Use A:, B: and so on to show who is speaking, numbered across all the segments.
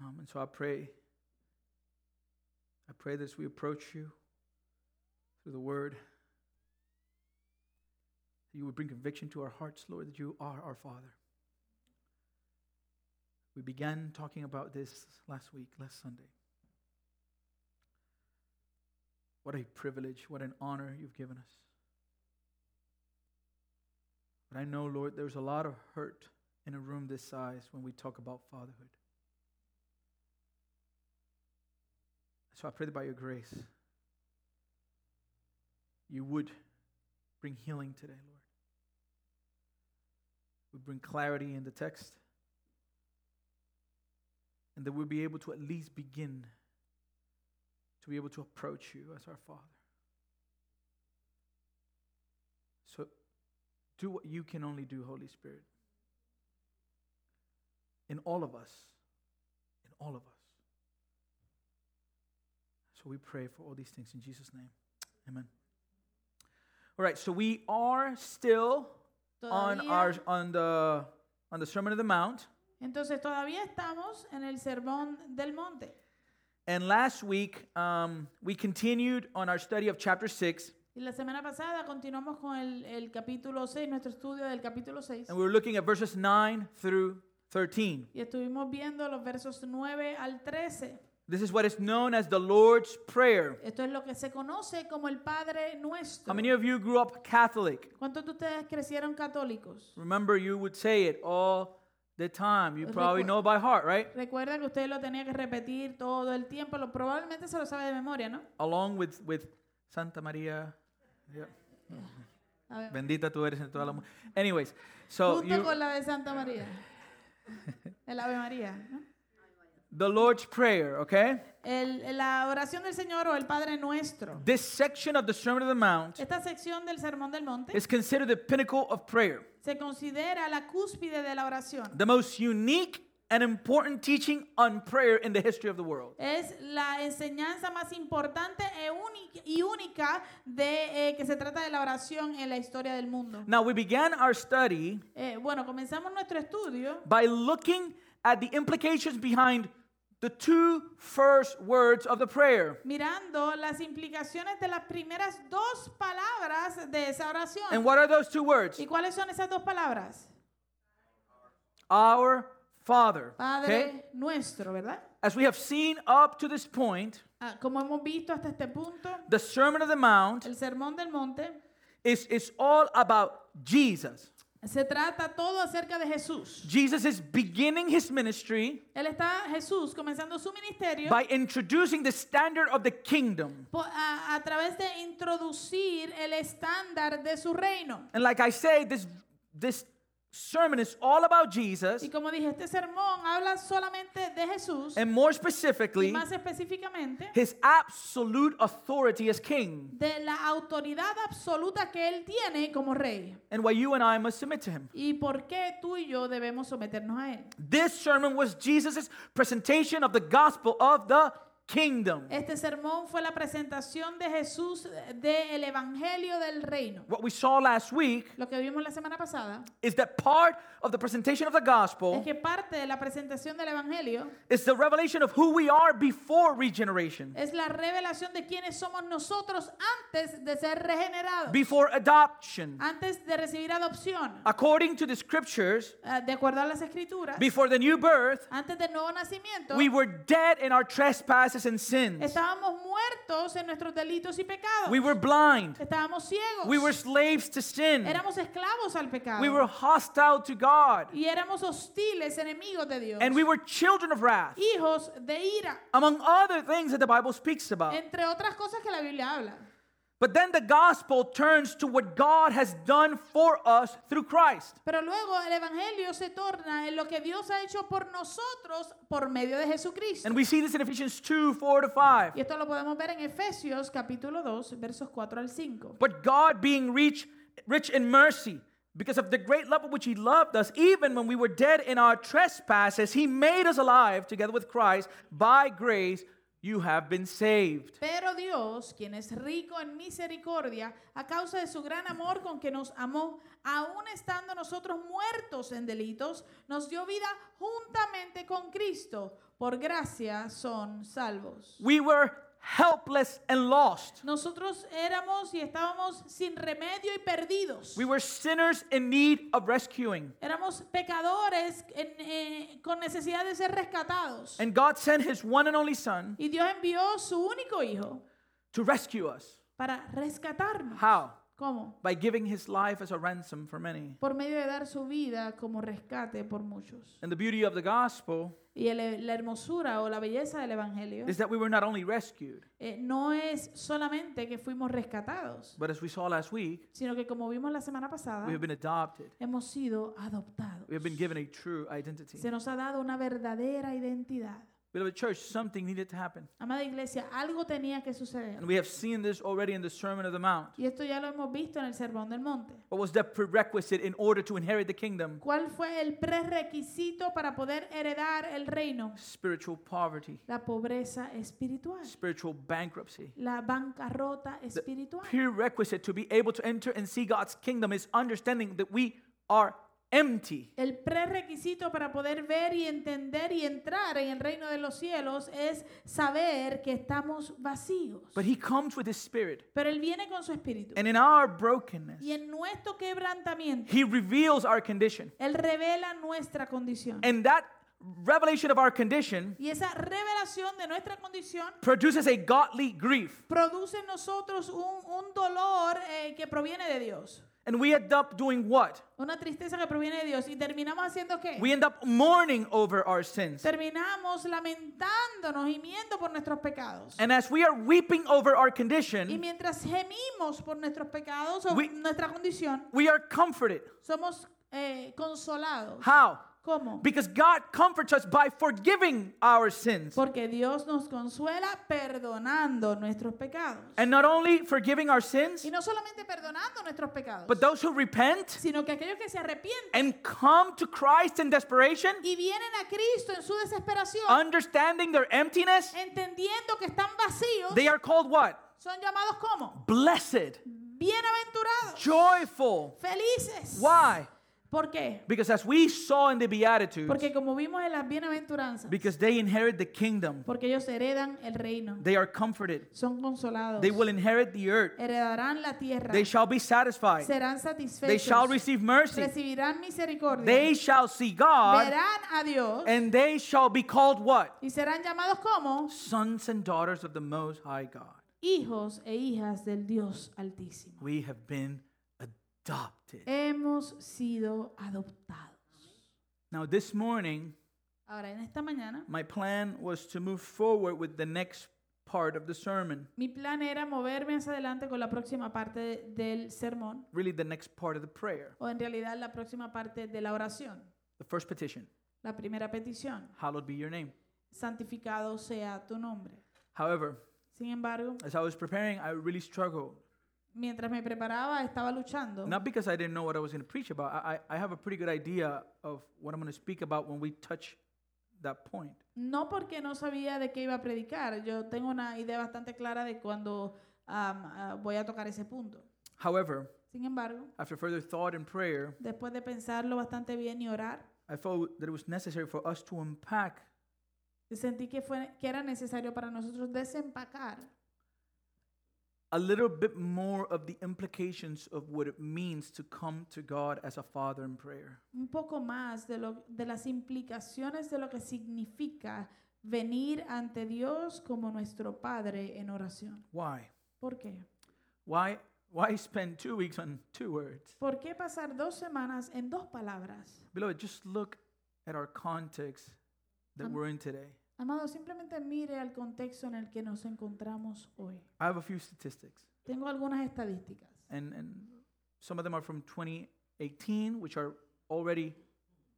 A: Um, and so I pray, I pray that as we approach you through the word, that you would bring conviction to our hearts, Lord, that you are our Father. We began talking about this last week, last Sunday. What a privilege, what an honor you've given us. But I know, Lord, there's a lot of hurt in a room this size when we talk about fatherhood. So I pray that by your grace, you would bring healing today, Lord. We bring clarity in the text. And that we'll be able to at least begin to be able to approach you as our Father. So do what you can only do, Holy Spirit. In all of us, in all of us. So we pray for all these things in Jesus' name. Amen. All right, so we are still on
B: Todavía-
A: our on the on the Sermon of the Mount.
B: Entonces todavía estamos en el sermón del monte.
A: And last week, um, we continued on our study of chapter 6,
B: Y la semana pasada continuamos con el, el capítulo 6, nuestro estudio del capítulo 6.
A: and we were looking at verses 9 through 13.
B: Y estuvimos viendo los versos 9 al 13.
A: This is what is known as the Lord's Prayer.
B: Esto es lo que se conoce como el Padre Nuestro.
A: How many of you grew up Catholic?
B: ¿Cuántos de ustedes crecieron católicos?
A: Remember, you would say it all the time. You
B: Recu-
A: probably know it by heart, right?
B: Recuerda que usted lo tenía que repetir todo el tiempo, lo, probablemente se lo sabe de memoria, ¿no?
A: Along with, with Santa Maria. Yep.
B: A ver,
A: Bendita tú eres en toda la mu- Anyways, so
B: Justo
A: you,
B: con la de Santa María, el Ave María. ¿no?
A: the Lord's Prayer, okay?
B: El- la oración del Señor o el Padre Nuestro.
A: This section of the Sermon of the Mount
B: Esta sección del Sermón del Monte
A: is considered the pinnacle of prayer.
B: se considera la cúspide de la oración.
A: the most unique and important teaching on prayer in the history of the world.
B: Es la enseñanza más importante e única- y única de eh, que se trata de la oración en la historia del mundo.
A: Now, we began our study
B: Eh, bueno, comenzamos nuestro estudio
A: by looking at the implications behind the two first words of the prayer.
B: mirando las implicaciones de las primeras dos palabras de esa oración.
A: And what are those two words?
B: ¿Y cuáles son esas dos palabras?
A: Our Father.
B: Padre nuestro, ¿verdad?
A: As we have seen up to this point,
B: Ah, como hemos visto hasta este punto,
A: the Sermon of the Mount
B: el Sermón del Monte
A: is, is all about Jesus.
B: se trata todo acerca de Jesús.
A: Jesus is beginning his ministry
B: Él está, Jesús, comenzando su ministerio
A: by introducing the standard of the kingdom.
B: po- a, a través de introducir el estándar de su reino.
A: And like I say, this this sermon is all about Jesus,
B: Y como dije, este sermón habla solamente de Jesús
A: and more
B: y
A: specifically,
B: más específicamente
A: his absolute authority as king,
B: de la autoridad absoluta que él tiene como rey
A: and why you and I must submit to him.
B: y por qué tú y yo debemos someternos a él.
A: This sermon was Jesus' presentation of the gospel of the kingdom.
B: Este sermón fue la presentación de Jesús del evangelio del reino.
A: What we saw last week
B: Lo que vimos la semana pasada
A: is that part of the presentation of the
B: es
A: gospel
B: que parte de la presentación del evangelio
A: is the revelation of who we are before regeneration,
B: es la revelación de quiénes somos nosotros antes de ser regenerados,
A: before adoption,
B: antes de recibir
A: Ah.
B: adopción,
A: according to the scriptures,
B: Ah, de acuerdo a las escrituras,
A: before the new birth.
B: antes del nuevo nacimiento.
A: We were dead in our trespasses and sins.
B: Estábamos muertos en nuestros delitos y pecados.
A: We were blind.
B: Estábamos ciegos.
A: We were slaves to sin.
B: éramos esclavos al pecado.
A: We were hostile to God.
B: y éramos hostiles, enemigos de Dios.
A: And we were children of wrath,
B: hijos de ira,
A: among other things that the Bible speaks about.
B: entre otras cosas que la Biblia habla.
A: But then the gospel turns to what God has done for us through Christ.
B: Pero luego el Evangelio se torna en lo que Dios ha hecho por nosotros por medio de Jesucristo.
A: And we see this in Ephesians 2 4 to 5.
B: Y esto lo podemos ver en Efesios capítulo 2, versos 4 al 5.
A: But God, being rich, rich in mercy, because of the great love with which He loved us, even when we were dead in our trespasses, He made us alive together with Christ. By grace, you have been saved.
B: Pero Dios, quien es rico en misericordia, a causa de su gran amor con que nos amó, aun estando nosotros muertos en delitos, nos dio vida juntamente con Cristo. Por gracia son salvos.
A: We were helpless and lost.
B: Nosotros éramos y estábamos sin remedio y perdidos.
A: We were sinners in need of rescuing.
B: Éramos pecadores en, eh, con necesidad de ser rescatados.
A: And God sent his one and only Son
B: Y Dios envió su único hijo
A: to rescue us.
B: para rescatarnos.
A: How?
B: ¿Cómo?
A: By giving his life as a ransom for many.
B: Por medio de dar su vida como rescate por muchos.
A: And the beauty of the gospel
B: Y el- e-, la hermosura o la belleza del Evangelio
A: is that we were not only rescued,
B: eh, no es solamente que fuimos rescatados,
A: but as we saw last week,
B: sino que como vimos la semana pasada,
A: we have been adopted.
B: hemos sido adoptados.
A: We have been given a true identity.
B: Se nos ha dado una verdadera identidad.
A: Beloved church, something needed to happen.
B: Amada iglesia, algo tenía que
A: And
B: suceder.
A: we have seen this already in the Sermon of the Mount.
B: Y esto ya lo hemos visto en el Sermón del Monte.
A: What was the prerequisite in order to inherit the kingdom?
B: ¿Cuál fue el prerequisito para poder heredar el reino?
A: Spiritual poverty,
B: La pobreza espiritual,
A: spiritual bankruptcy.
B: la bancarrota espiritual.
A: Prerequisite to be able to enter and see God's kingdom is understanding that we are empty.
B: El prerequisito para poder ver y entender y entrar en el reino de los cielos es saber que estamos vacíos.
A: But He comes with His Spirit.
B: Pero Él viene con su espíritu.
A: And in our brokenness,
B: Y en nuestro quebrantamiento,
A: He reveals our condition.
B: Él revela nuestra condición.
A: And that revelation of our condition
B: Y esa revelación de nuestra condición
A: produces a godly grief.
B: produce en nosotros un, un dolor eh, que proviene de Dios.
A: And we end up doing what?
B: Una tristeza que proviene de Dios. Y terminamos haciendo qué?
A: We end up mourning over our sins.
B: terminamos lamentándonos y miendo por nuestros pecados.
A: And as we are weeping over our
B: Y
A: condition,
B: mientras gemimos por nuestros pecados o
A: Mm. We-
B: nuestra condición,
A: we are comforted.
B: somos eh, consolados.
A: How?
B: ¿Cómo?
A: Because God comforts us by forgiving our sins.
B: Porque Dios nos consuela perdonando nuestros pecados.
A: And not only forgiving our sins,
B: Y no solamente perdonando nuestros pecados,
A: but those who repent
B: sino que aquellos que se arrepienten
A: and come to Christ in desperation,
B: y vienen a Cristo en su desesperación,
A: understanding their emptiness,
B: entendiendo que están vacíos,
A: they are called what?
B: son llamados como
A: Blessed,
B: bienaventurados,
A: joyful.
B: felices.
A: Why?
B: ¿Por qué?
A: Because as we saw in the Beatitudes,
B: Porque como vimos en las bienaventuranzas,
A: because they inherit the kingdom,
B: porque ellos heredan el reino,
A: they are comforted,
B: son consolados,
A: they will inherit the earth,
B: heredarán la tierra,
A: they shall be satisfied,
B: serán
A: they shall
B: satisfechos,
A: receive mercy,
B: recibirán misericordia,
A: they shall Eh. see God,
B: verán a Dios
A: and they shall be called what?
B: y serán llamados como
A: Sons and daughters of the Most High God.
B: hijos e hijas del Dios Altísimo.
A: We have been adopted.
B: Eh. Hemos sido adoptados.
A: Now, this morning,
B: Ahora, en esta mañana,
A: my plan was to move forward with the next part of the sermon,
B: mi plan era moverme hacia adelante con la próxima parte de- del sermón,
A: really, the next part of the prayer,
B: o en realidad la próxima parte de la oración.
A: the first petition
B: La primera petición,
A: Hallowed be your name.
B: santificado sea tu nombre.
A: However,
B: Sin embargo,
A: as I was preparing, I really struggled.
B: mientras me preparaba, estaba luchando.
A: Not because I didn't know what I was going to preach about. I, I I have a pretty good idea of what I'm going to speak about when we touch that point.
B: No porque no sabía de qué iba a predicar. Yo tengo una idea bastante clara de cuándo am, ah, voy a tocar ese punto.
A: However,
B: Sin embargo,
A: after further thought and prayer,
B: después de pensarlo bastante bien y orar,
A: I felt that it was necessary for us to unpack
B: sentí que, fue, que era necesario para nosotros desempacar
A: a little bit more of the implications of what it means to come to God as a father in prayer.
B: un poco más de, lo, de las implicaciones de lo que significa venir ante Dios como nuestro Padre en oración.
A: Why?
B: ¿Por qué?
A: Why why spend 2 weeks on two words?
B: ¿Por qué pasar dos semanas en dos palabras?
A: Beloved, just look at our context that
B: Um,
A: we're in today.
B: Amado, simplemente mire al contexto en el que nos encontramos hoy.
A: I have a few statistics
B: Tengo algunas estadísticas.
A: and and some of them are from 2018 which are already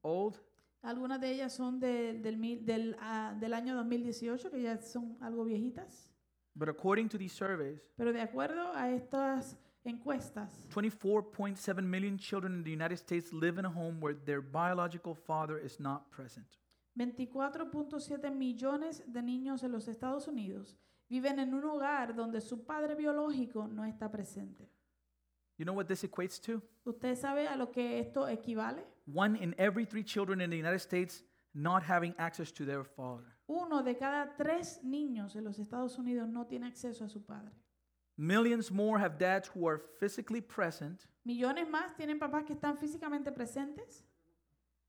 A: old.
B: Algunas de ellas son de- del, mil- del, ah, del año 2018, que ya son algo viejitas.
A: But according to these surveys,
B: Pero de acuerdo a estas encuestas,
A: 24.7 million children in the United States live in a home where their biological father is not present.
B: 24.7 millones de niños en los Estados Unidos viven en un hogar donde su padre biológico no está presente.
A: You know what this equates to?
B: ¿Usted sabe a lo que esto equivale?
A: One in every three children in the United States not having access to their father.
B: Uno de cada tres niños en los Estados Unidos no tiene acceso a su padre.
A: Millions more have dads who are physically present
B: Millones más tienen papás que están físicamente presentes,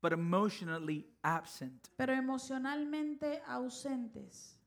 A: but emotionally absent.
B: pero emocionalmente ausentes.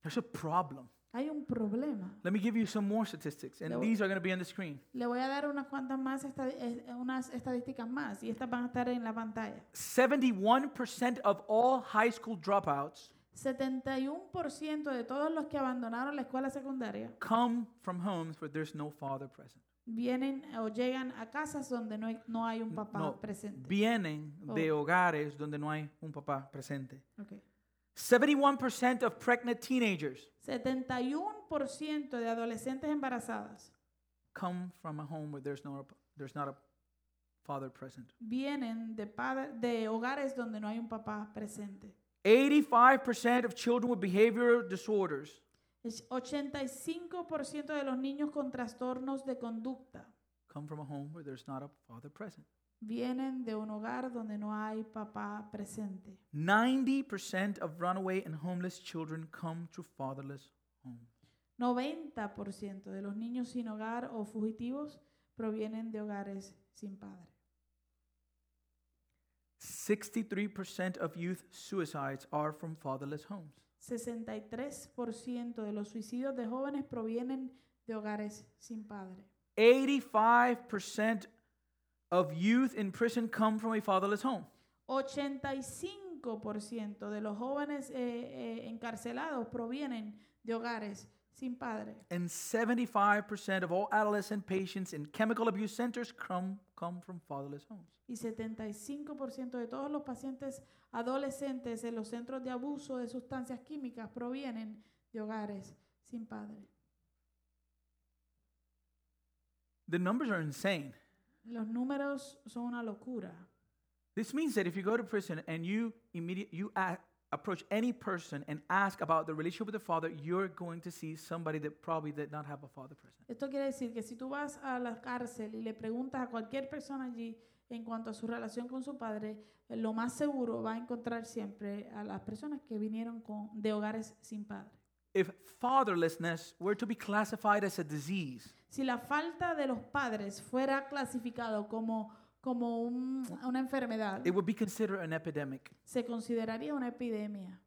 A: There's a problem.
B: Hay un problema.
A: Let me give you some more statistics, and
B: Luego-
A: these are going to be on the screen.
B: Le voy a dar unas cuantas más esta- eh, unas estadísticas más y estas van a estar en la pantalla.
A: 71% of all high school dropouts
B: 71% de todos los que abandonaron la escuela secundaria
A: come from homes where there's no father present.
B: vienen o llegan a casas donde no hay, no hay un papá
A: No,
B: presente.
A: Vienen de
B: Oh.
A: hogares donde no hay un papá presente.
B: Ok.
A: 71% of pregnant teenagers
B: 71% de adolescentes embarazadas
A: come from a home where there's, no, there's not a father present.
B: vienen de, padre- de hogares donde no hay un papá presente.
A: 85% of children with behavioral disorders
B: Es 85% de los niños con trastornos de conducta
A: come from a home where there's not a father present.
B: vienen de un hogar donde no hay papá presente.
A: 90% of runaway and homeless children come to fatherless homes.
B: 90% de los niños sin hogar o fugitivos provienen de hogares sin padre.
A: 63% of youth suicides are from fatherless homes.
B: 63% de los suicidios de jóvenes provienen de hogares sin padre.
A: 85% of youth in prison come from a fatherless home.
B: 85% de los jóvenes eh, eh, encarcelados provienen de hogares sin padre.
A: And 75% of all adolescent patients in chemical abuse centers come, come from fatherless homes.
B: Y 75% de todos los pacientes adolescentes en los centros de abuso de sustancias químicas provienen de hogares sin padre.
A: The numbers are insane.
B: Los números son una locura.
A: This means that if you go to prison and you immediate you a- approach any person and ask about the relationship with the father, you're going to see somebody that probably did not have a father present.
B: Esto quiere decir que si tú vas a la cárcel y le preguntas a cualquier persona allí en cuanto a su relación con su padre, eh, lo más seguro va a encontrar siempre a las personas que vinieron con, de hogares sin padre.
A: If fatherlessness were to be classified as a disease,
B: Si la falta de los padres fuera clasificado como, como un- una enfermedad,
A: it would be considered an epidemic,
B: se consideraría una epidemia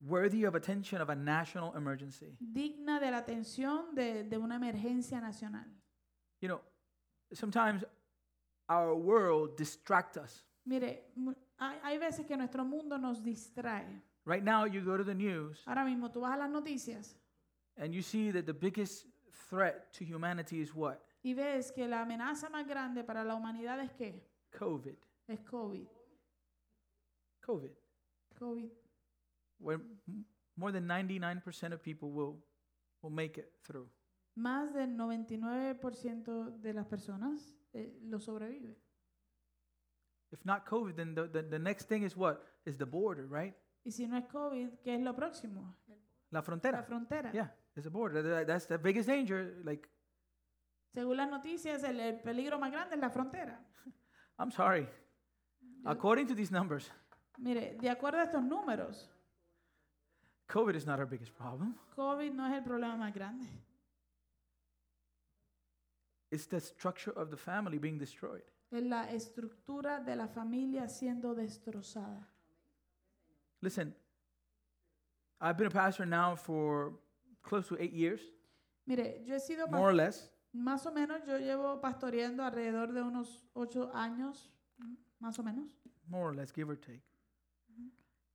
A: worthy of attention of a national emergency.
B: digna de la atención de, de una emergencia nacional.
A: You know, sometimes our world distracts us.
B: Mire, mu- hay, hay veces que nuestro mundo nos distrae.
A: Right now, you go to the news
B: Ahora mismo tú vas a las noticias
A: and you see that the biggest threat to humanity is what?
B: y ves que la amenaza más grande para la humanidad es qué?
A: COVID.
B: Es COVID.
A: COVID.
B: COVID.
A: where m- more than 99% of people will, will make it through.
B: Más del 99% de las personas eh, lo sobrevive.
A: If not COVID, then the, the, the next thing is what? Is the border, right?
B: Y si no es COVID, ¿qué es lo próximo?
A: La
B: La
A: frontera.
B: frontera.
A: Yeah, it's the border. Tha- tha- That's the biggest danger. Like,
B: Según las noticias, el, el peligro más grande es la frontera.
A: I'm sorry.
B: Yo-
A: According to these numbers,
B: mire, de acuerdo a estos números,
A: COVID is not our biggest problem.
B: COVID no es el problema más grande.
A: It's the structure of the family being destroyed.
B: Es la estructura de la familia siendo destrozada.
A: Listen, I've been a pastor now for close to eight years,
B: Mire, yo he sido
A: more
B: pas-
A: or less.
B: más o menos, yo llevo pastoreando alrededor de unos ocho años, mm, más o menos.
A: More or less, give or take.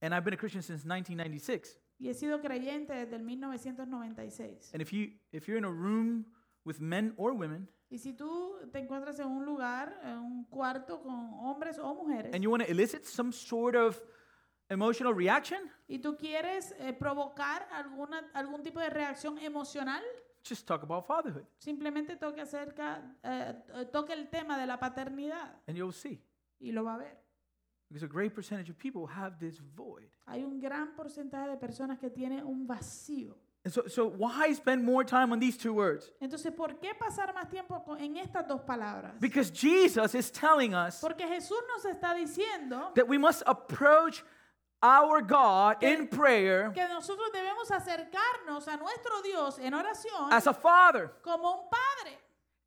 A: And I've been a Christian since 1996.
B: Y he sido creyente desde el 1996.
A: And if you if you're in a room with men or women
B: Y si tú te encuentras en un lugar, en un cuarto con hombres o mujeres,
A: and you want to elicit some sort of emotional reaction,
B: y tú quieres eh, provocar alguna, algún tipo de reacción emocional,
A: just talk about fatherhood
B: simplemente toque acerca, eh, eh, toque el tema de la paternidad
A: and you'll see.
B: y lo va a ver.
A: Because a great percentage of people have this void.
B: Hay un gran porcentaje de personas que tienen un vacío.
A: And so, so why spend more time on these two words?
B: Entonces, ¿por qué pasar más tiempo con- en estas dos palabras?
A: Because Jesus is telling us
B: Porque Jesús nos está diciendo
A: that we must approach our God in prayer
B: que nosotros debemos acercarnos a nuestro Dios en oración
A: as a father.
B: como un padre.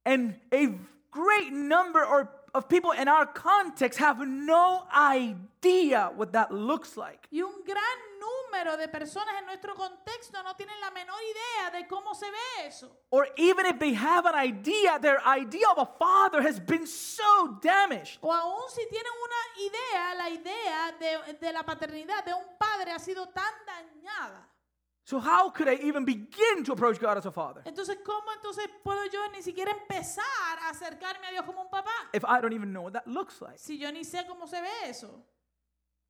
A: And a great number or, of people in our context have no idea what that looks like.
B: Y un gran número de personas en nuestro contexto no tienen la menor idea de cómo se ve eso.
A: Or even if they have an idea, their idea of a father has been so damaged.
B: O aún si tienen una idea, la idea de, de la paternidad de un padre ha sido tan dañada.
A: So, how could I even begin to approach God as a father
B: Entonces, ¿cómo entonces puedo yo ni siquiera empezar a acercarme a Dios como un papá?
A: if I don't even know what that looks like?
B: Si yo ni sé cómo se ve eso.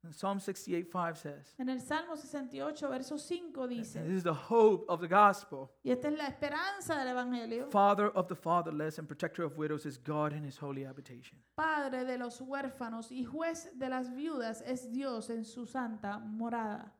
A: And Psalm 68 5 says,
B: En el Salmo 68, verso 5
A: and
B: dice,
A: This is the hope of the gospel.
B: y esta es la esperanza del Evangelio,
A: Father of the fatherless and protector of widows is God in his holy habitation.
B: Padre de los huérfanos y juez de las viudas es Dios en su santa morada.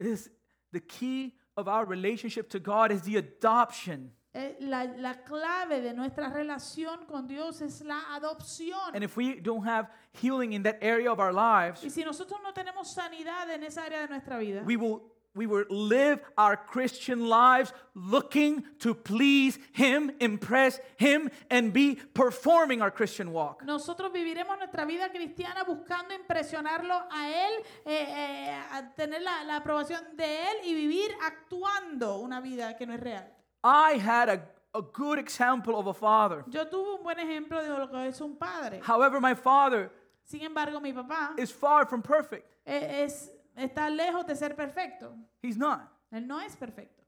A: It is the key of our relationship to God is the adoption.
B: Eh, La, la clave de nuestra relación con Dios es la adopción.
A: And if we don't have healing in that area of our lives,
B: Y si nosotros no tenemos sanidad en esa área de nuestra vida,
A: we will we will live our Christian lives looking to please him, impress him and be performing our Christian walk.
B: nosotros viviremos nuestra vida cristiana buscando impresionarlo a Él, eh, eh, a tener la, la aprobación de Él y vivir actuando una vida que no es real.
A: I had a, a good example of a father.
B: Yo tuve un buen ejemplo de lo que es un padre.
A: However, my father
B: Sin embargo, mi papá
A: is far from perfect.
B: eh, es, está lejos de ser perfecto.
A: He's not.
B: Él no es perfecto.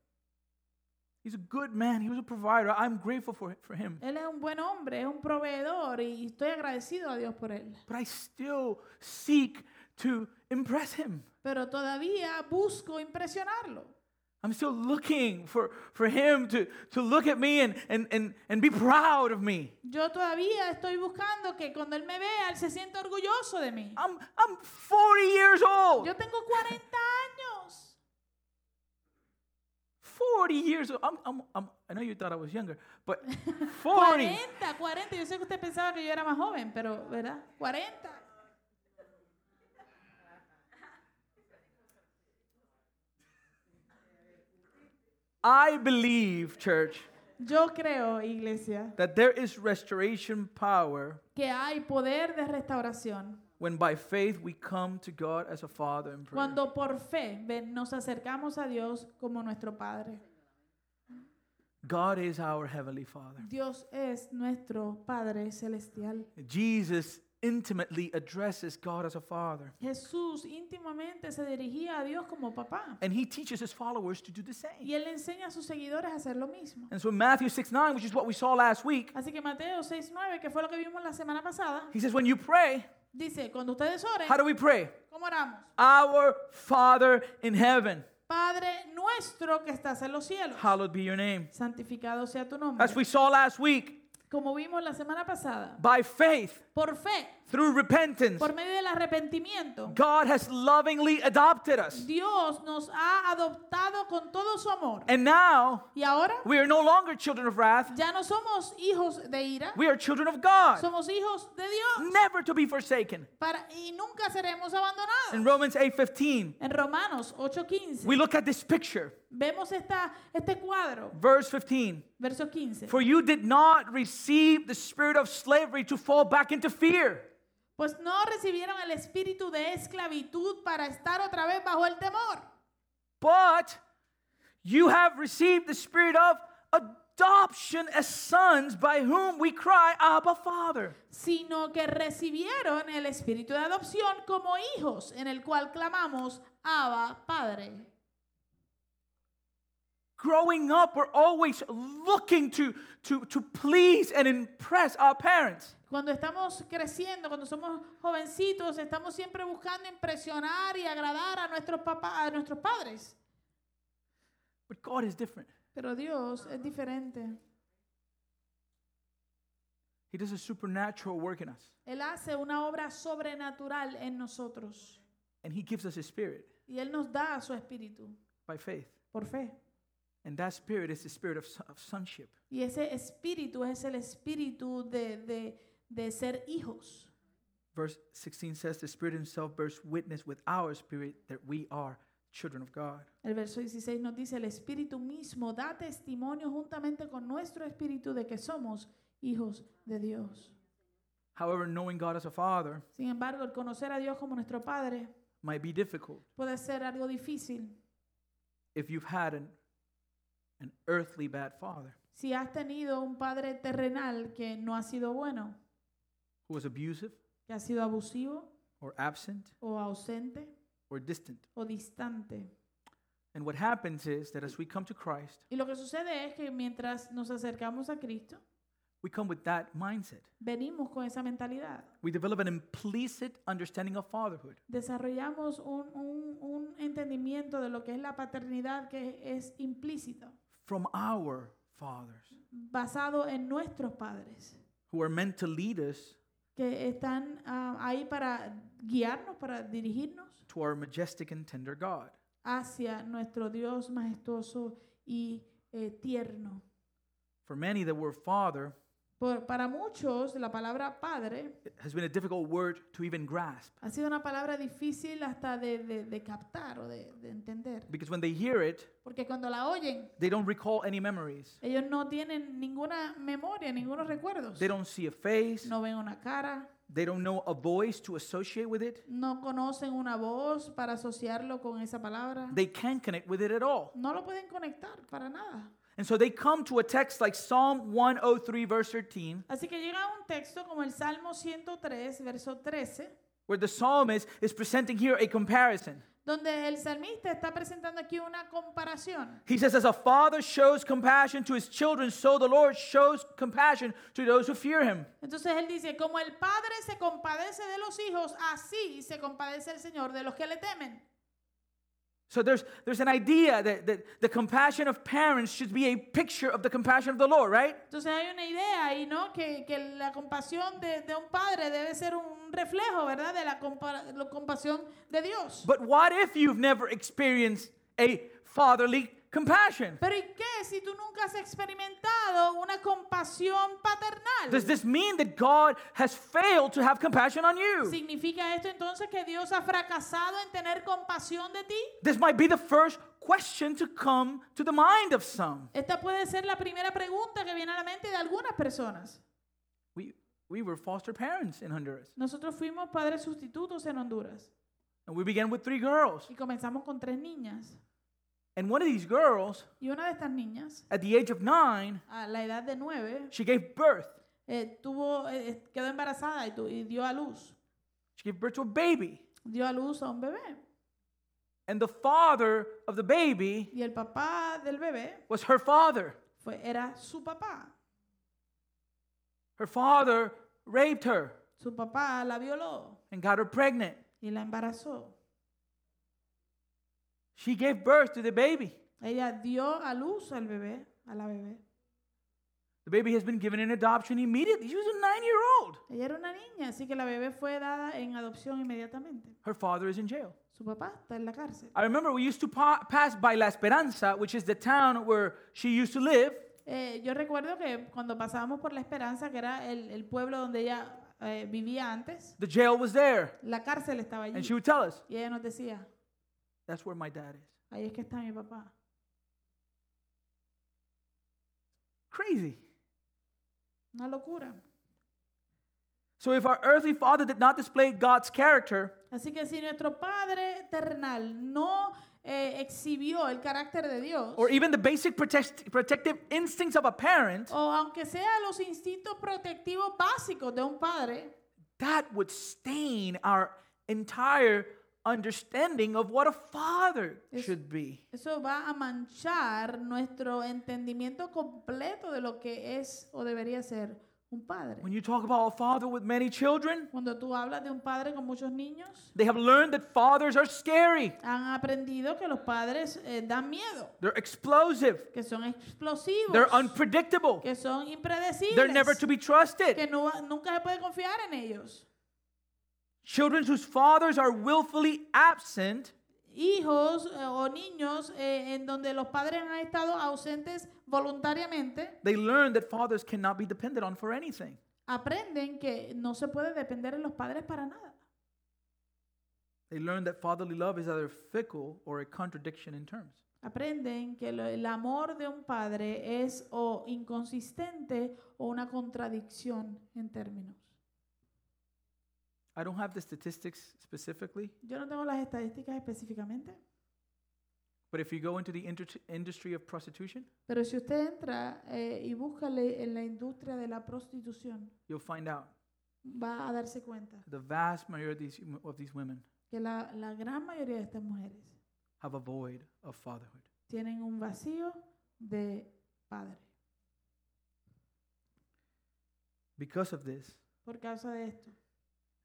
A: He's a good man. He was a provider. I'm grateful for, for him.
B: Él es un buen hombre, es un proveedor y estoy agradecido a Dios por él.
A: But I still seek to impress him.
B: Pero todavía busco impresionarlo.
A: I'm still looking for, for him to, to look at me and, and, and, and be proud of me.
B: Yo todavía estoy buscando que cuando él me vea, él se sienta orgulloso de mí.
A: I'm, I'm 40 years old.
B: Yo tengo 40 años.
A: 40 years old. I'm, I'm, I'm, I know you thought I was younger, but 40.
B: 40, 40. Yo sé que usted pensaba que yo era más joven, pero, ¿verdad? 40.
A: I believe, church,
B: Yo creo, iglesia,
A: that there is restoration power
B: que hay poder de restauración.
A: when by faith we come to God as a father in prayer.
B: Cuando por fe ven, nos acercamos a Dios como nuestro Padre.
A: God is our heavenly father.
B: Dios es nuestro Padre celestial.
A: Jesus intimately addresses God as a father,
B: Jesús íntimamente se dirigía a Dios como papá.
A: and he teaches his followers to do the same.
B: Y él le enseña a sus seguidores a hacer lo mismo.
A: And so in Matthew 6 9, which is what we saw last week,
B: Así que Mateo 6.9, que fue lo que vimos la semana pasada,
A: he says, When you pray,
B: dice, cuando ustedes oren,
A: how do we pray?
B: ¿cómo oramos?
A: Our Father in heaven,
B: Padre nuestro que estás en los cielos,
A: hallowed be your name.
B: santificado sea tu nombre.
A: As we saw last week,
B: Como vimos la semana pasada,
A: by faith,
B: por fe,
A: through repentance,
B: por medio del arrepentimiento,
A: God has lovingly adopted us.
B: Dios nos ha adoptado con todo su amor.
A: And now
B: Y ahora
A: we are no longer children of wrath,
B: ya no somos hijos de ira,
A: we are children of God,
B: somos hijos de Dios
A: never to be forsaken.
B: para, y nunca seremos
A: In
B: abandonados.
A: Romans eight fifteen.
B: En Romanos 8:15
A: We look at this picture,
B: vemos esta, este cuadro,
A: verse 15.
B: verso 15.
A: For you did not receive the spirit of slavery to fall back into fear,
B: Pues no recibieron el espíritu de esclavitud para estar otra vez bajo el temor,
A: but you have received the spirit of adoption as sons by whom we cry, Abba, Father.
B: sino que recibieron el espíritu de adopción como hijos, en el cual clamamos, Abba, Padre.
A: Growing up, we're always looking to, to, to please and impress our parents.
B: Cuando estamos creciendo, cuando somos jovencitos, estamos siempre buscando impresionar y agradar a nuestros papás, a nuestros padres.
A: But God is different.
B: Pero Dios es diferente.
A: He does a supernatural work in us.
B: Él hace una obra sobrenatural en nosotros.
A: And He gives us His Spirit
B: Y Él nos da su espíritu
A: by faith.
B: por fe.
A: And that Spirit is the Spirit of, son- of sonship.
B: Y ese espíritu es el espíritu de, de, de ser hijos.
A: Verse 16 says, The Spirit Himself bears witness with our spirit that we are children of God.
B: El verso 16 nos dice, el espíritu mismo da testimonio juntamente con nuestro espíritu de que somos hijos de Dios.
A: However, knowing God as a Father
B: Sin embargo, el conocer a Dios como nuestro Padre
A: might be difficult
B: puede ser algo difícil
A: if you've had an, an earthly bad father
B: si has tenido un padre terrenal que no ha sido bueno,
A: who was abusive
B: que ha sido abusivo
A: or absent
B: o ausente
A: or distant.
B: o distante.
A: And what happens is that as we come to Christ,
B: Y lo que sucede es que mientras nos acercamos a Cristo,
A: we come with that mindset.
B: venimos con esa mentalidad.
A: We develop an implicit understanding of fatherhood.
B: Desarrollamos un, un- un entendimiento de lo que es la paternidad que es implícita,
A: from our fathers
B: basado en nuestros padres,
A: who are meant to lead us
B: que están ah, ahí para guiarnos, para dirigirnos
A: to our majestic and tender God.
B: hacia nuestro Dios majestuoso y eh, tierno.
A: For many, the word father
B: Por- para muchos, la palabra padre
A: has been a difficult word to even grasp
B: ha sido una palabra difícil hasta de, de- de captar o de, de entender.
A: because when they hear it,
B: Porque cuando la oyen,
A: they don't recall any memories.
B: ellos no tienen ninguna memoria, ningunos recuerdos.
A: They don't see a face,
B: No ven una cara,
A: they don't know a voice to associate with it,
B: no conocen una voz para asociarlo con esa palabra.
A: they can't connect with it at all.
B: No lo pueden conectar para nada.
A: And so they come to a text like Psalm 103, verse 13,
B: Así que llega un texto como el Salmo 103, verso 13,
A: where the psalmist is presenting here a comparison.
B: donde el salmista está presentando aquí una comparación.
A: He says, As a father shows compassion to his children, so the Lord shows compassion to those who fear him.
B: Entonces él dice, como el padre se compadece de los hijos, así se compadece el Señor de los que le temen.
A: So there's, there's an idea that, that the compassion of parents should be a picture of the compassion of the Lord, right?
B: Entonces hay una idea ahí, ¿no? Que, que la compasión de, de un padre debe ser un reflejo, ¿verdad? De la, compa- la compasión de Dios.
A: But what if you've never experienced a fatherly compassion?
B: Pero ¿y qué si tú nunca has experimentado una compasión
A: Does
B: paternal?
A: this mean that God has failed to have compassion on you?
B: ¿Significa esto entonces que Dios ha fracasado en tener compasión de ti?
A: This might be the first question to come to the mind of some.
B: Esta puede ser la primera pregunta que viene a la mente de algunas personas.
A: We, we were foster parents in Honduras,
B: Nosotros fuimos padres sustitutos en Honduras.
A: and we began with three girls.
B: Y comenzamos con tres niñas.
A: And one of these girls,
B: Y una de estas niñas,
A: at the age of nine,
B: a la edad de nueve,
A: she gave birth.
B: eh, tuvo, eh, quedó embarazada y, tu- y dio a luz.
A: She gave birth to a baby.
B: Dio a luz a un bebé.
A: And the father of the baby
B: Y el papá del bebé
A: was her father.
B: fue, era su papá.
A: Her father raped her
B: Su papá la violó
A: and got her pregnant.
B: y la embarazó.
A: She gave birth to the baby.
B: Ella dio a luz al bebé, a la bebé.
A: The baby has been given in adoption immediately. She was a nine year old.
B: Ella era una niña, así que la bebé fue dada en adopción inmediatamente.
A: Her father is in jail.
B: Su papá está en la cárcel.
A: I remember we used to pa- pass by La Esperanza, which is the town where she used to live.
B: Eh, yo recuerdo que cuando pasábamos por La Esperanza, que era el, el pueblo donde ella eh, vivía antes,
A: The jail was there.
B: la cárcel estaba allí.
A: And she would tell us,
B: Y ella nos decía,
A: That's where my dad is.
B: ahí es que está mi papá.
A: Crazy.
B: Una locura.
A: So if our earthly father did not display God's character,
B: Así que si nuestro Padre terrenal no eh, exhibió el carácter de Dios,
A: or even the basic protect- protective instincts of a parent,
B: o aunque sea los instintos protectivos básicos de un padre,
A: that would stain our entire understanding of what a father
B: Yes.
A: should be.
B: eso va a manchar nuestro entendimiento completo de lo que es o debería ser un padre.
A: When you talk about a father with many children,
B: Cuando tú hablas de un padre con muchos niños,
A: they have learned that fathers are scary,
B: han aprendido que los padres eh, dan miedo,
A: they're explosive,
B: que son explosivos,
A: they're unpredictable,
B: que son impredecibles,
A: they're never to be trusted.
B: que no- nunca se puede confiar en ellos.
A: Children whose fathers are willfully absent
B: Hijos eh, o niños eh, en donde los padres han estado ausentes voluntariamente,
A: they learn that fathers cannot be depended on for anything.
B: aprenden que no se puede depender de los padres para nada.
A: They learn that fatherly love is either fickle or a contradiction in terms.
B: Aprenden que lo- el amor de un padre es o inconsistente o una contradicción en términos.
A: I don't have the statistics specifically,
B: Yo no tengo las estadísticas específicamente,
A: but if you go into the inter- industry of prostitution,
B: pero si usted entra eh, y búscale en la industria de la prostitución,
A: you'll find out
B: va a darse cuenta
A: the vast majority of these- of these women
B: que la, la gran mayoría de estas mujeres
A: have a void of fatherhood.
B: tienen un vacío de padre.
A: Because of this,
B: Por causa de esto,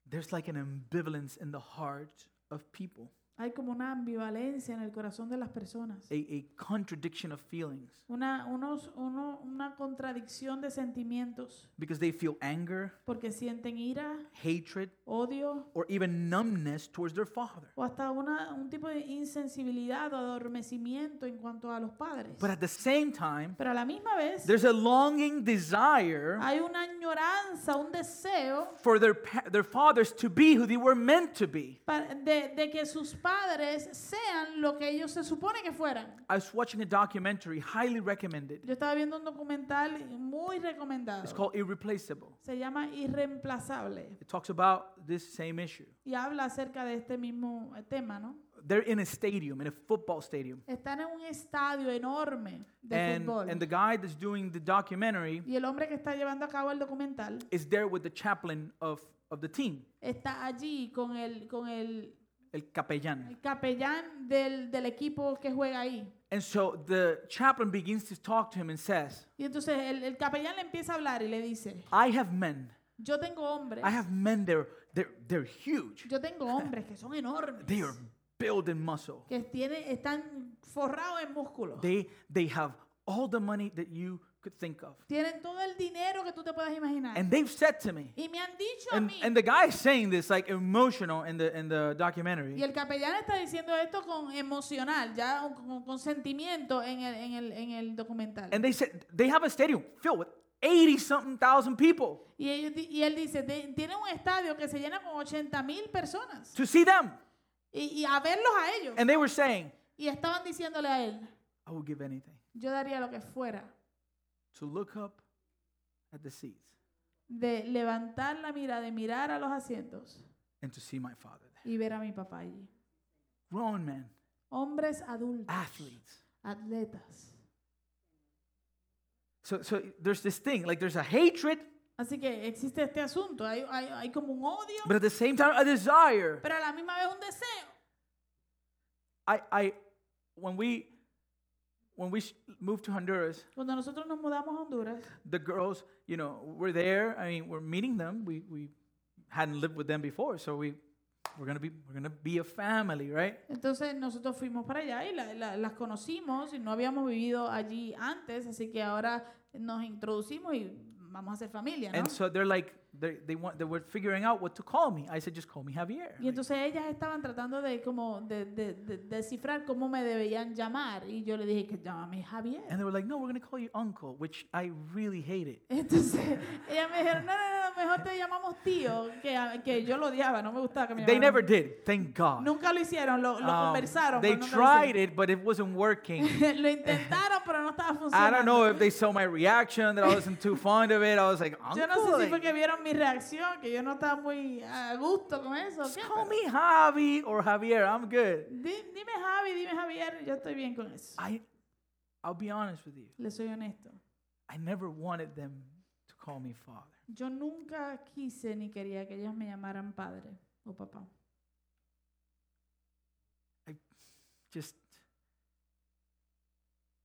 A: there's like an ambivalence in the heart of people,
B: hay como una ambivalencia en el corazón de las personas.
A: a, a contradiction of feelings,
B: Una, unos, uno- una contradicción de sentimientos,
A: because they feel anger,
B: porque sienten ira,
A: hatred,
B: odio
A: or even numbness towards their father.
B: o hasta una, un tipo de insensibilidad o adormecimiento en cuanto a los padres.
A: But at the same time,
B: Pero a la misma vez
A: there's a longing desire
B: hay una añoranza, un deseo
A: for their, pa- their fathers to be who they were meant to be.
B: pa- de, de que sus padres sean lo que ellos se supone que fueran.
A: I was watching a documentary, highly recommended.
B: Yo estaba viendo un documental muy recomendado.
A: It's called Irreplaceable.
B: Se llama Irreemplazable
A: It talks about this same issue.
B: y habla acerca de este mismo eh, tema, ¿no?
A: They're in a stadium, in a football stadium.
B: Están en un estadio enorme de
A: And,
B: fútbol.
A: and the guy that's doing the documentary
B: y el hombre que está llevando a cabo el documental
A: is there with the chaplain of, of the team,
B: está allí con el, con el,
A: el capellán.
B: el capellán del, del equipo que juega ahí.
A: And so the chaplain begins to talk to him and says,
B: Y entonces el, el capellán le empieza a hablar y le dice,
A: I have men.
B: yo tengo hombres,
A: I have men, they're, they're, they're huge.
B: yo tengo hombres que son enormes,
A: They are built in muscle.
B: que tiene, están forrados en músculos,
A: They, they have all the money that you could think of.
B: tienen todo el dinero que tú te puedas imaginar.
A: And they've said to me,
B: y me han dicho a
A: and,
B: mí,
A: and the guy is saying this like emotional in the, in the
B: y
A: documentary.
B: el capellán está diciendo esto con emocional, ya con- con, con sentimiento en el, en el, en el documental.
A: And they said, they have a stadium filled with 80 something thousand people
B: Y, ellos di- y él dice, "Te- tiene un estadio que se llena con 80 mil personas.
A: to see them.
B: Y, y a verlos a ellos.
A: And they were saying,
B: Y estaban diciéndole a él,
A: I will give anything
B: yo daría lo que fuera
A: to look up at the seats
B: de levantar la mirada, de mirar a los asientos
A: and to see my father there.
B: y ver a mi papá allí.
A: Grown men,
B: Hombres
A: Ah.
B: adultos,
A: athletes.
B: atletas.
A: So, so there's this thing, like there's a hatred,
B: Así que existe este asunto, hay, hay, hay como un odio,
A: but at the same time a desire.
B: pero a la misma vez un deseo.
A: I, I, when we, when we sh- moved to Honduras,
B: Cuando nosotros nos mudamos a Honduras,
A: the girls, you know, were there. I mean, we're meeting them. We, we hadn't lived with them before, so we, we're gonna be, we're gonna be a family, right?
B: entonces nosotros fuimos para allá y la- la- las conocimos y no habíamos vivido allí antes, así que ahora nos introducimos y vamos a ser familia, ¿no?
A: And so they're like, they they want, they were figuring out what to call me. I said, just call me Javier.
B: Y
A: Like,
B: entonces ellas estaban tratando de como de, de- de- descifrar cómo me debían llamar y yo le dije que llámame Javier.
A: and they were like, no, we're gonna call you Uncle, which I really hated.
B: Entonces ellas me dijeron, no, no, no, no, mejor te llamamos tío, que, a- que yo lo odiaba, no me gustaba que me
A: They never
B: llamaran.
A: did. Thank God.
B: Nunca lo hicieron, lo, lo
A: Um,
B: conversaron.
A: they
B: pero nunca lo,
A: tried it, but it wasn't working.
B: hicieron. Lo intentaron, pero no estaba
A: I
B: funcionando.
A: don't know if they saw my reaction that I wasn't too fond of it. I was like, Uncle,
B: yo no sé si fue
A: like,
B: que vieron mi reacción, que yo no estaba muy a gusto con eso. ¿qué?
A: just call me Javi or Javier. I'm good.
B: Di- dime Javi, dime Javier, yo estoy bien con eso.
A: I, I'll be honest with you.
B: Le soy honesto.
A: I never wanted them to call me father.
B: Yo nunca quise ni quería que ellos me llamaran padre o papá.
A: Just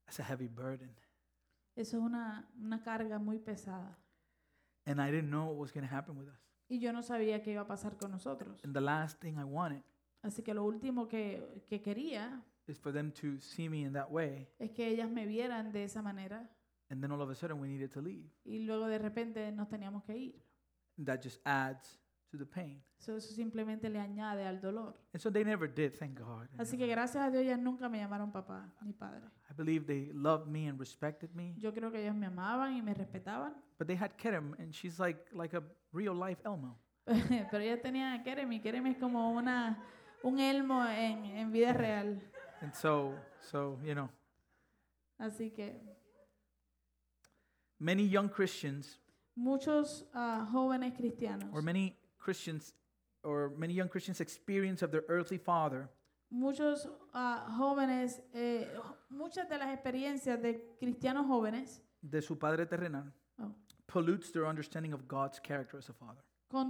A: that's a heavy burden.
B: Eso es una, una carga muy pesada.
A: and I didn't know what was going to happen with us.
B: y yo no sabía qué iba a pasar con nosotros.
A: And the last thing I wanted
B: Así que lo último que, que quería
A: is for them to see me in that way,
B: es que ellas me vieran de esa manera
A: and then all of a sudden we needed to leave.
B: y luego de repente nos teníamos que ir.
A: That just adds to the pain.
B: So, eso simplemente le añade al dolor.
A: And so they never did, thank God. you
B: Así
A: know.
B: que gracias a Dios ellas nunca me llamaron papá ni padre.
A: I believe they loved me and respected me,
B: Yo creo que ellas me amaban y me respetaban,
A: but they had Kerem, and she's like like a real life Elmo.
B: pero ellas tenían a Kerem y Kerem es como una, un elmo en, en vida real.
A: And so, so you know,
B: Así que
A: many young Christians
B: muchos ah, jóvenes cristianos,
A: or many Christians or many young Christians experience of their earthly father
B: muchos ah, jóvenes, eh, muchas de las experiencias de cristianos jóvenes
A: de su padre terrenal
B: Oh.
A: pollutes their understanding of God's character as a father.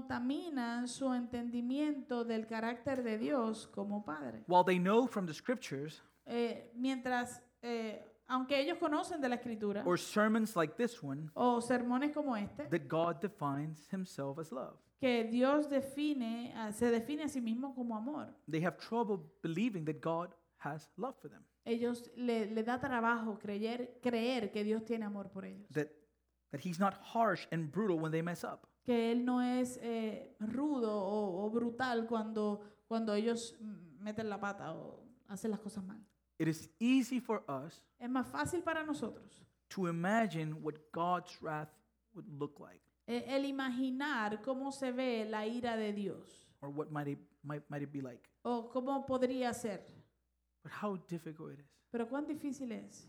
B: contaminan su entendimiento del carácter de Dios como Padre.
A: While they know from the scriptures
B: Eh, mientras, eh, aunque ellos conocen de la escritura
A: or sermons like this one
B: o sermones como este,
A: that God defines himself as love,
B: que Dios define, ah, se define a sí mismo como amor,
A: they have trouble believing that God has love for them,
B: ellos le, le da trabajo creer, creer que Dios tiene amor por ellos,
A: that, that he's not harsh and brutal when they mess up,
B: que Él no es eh, rudo o, o brutal cuando, cuando ellos mm, meten la pata o hacen las cosas mal.
A: It is easy for us
B: Es más fácil para nosotros
A: to imagine what God's wrath would look like
B: eh, el imaginar cómo se ve la ira de Dios
A: or what might it, might, might it be like.
B: o cómo podría ser.
A: But how difficult it is
B: Pero cuán difícil es,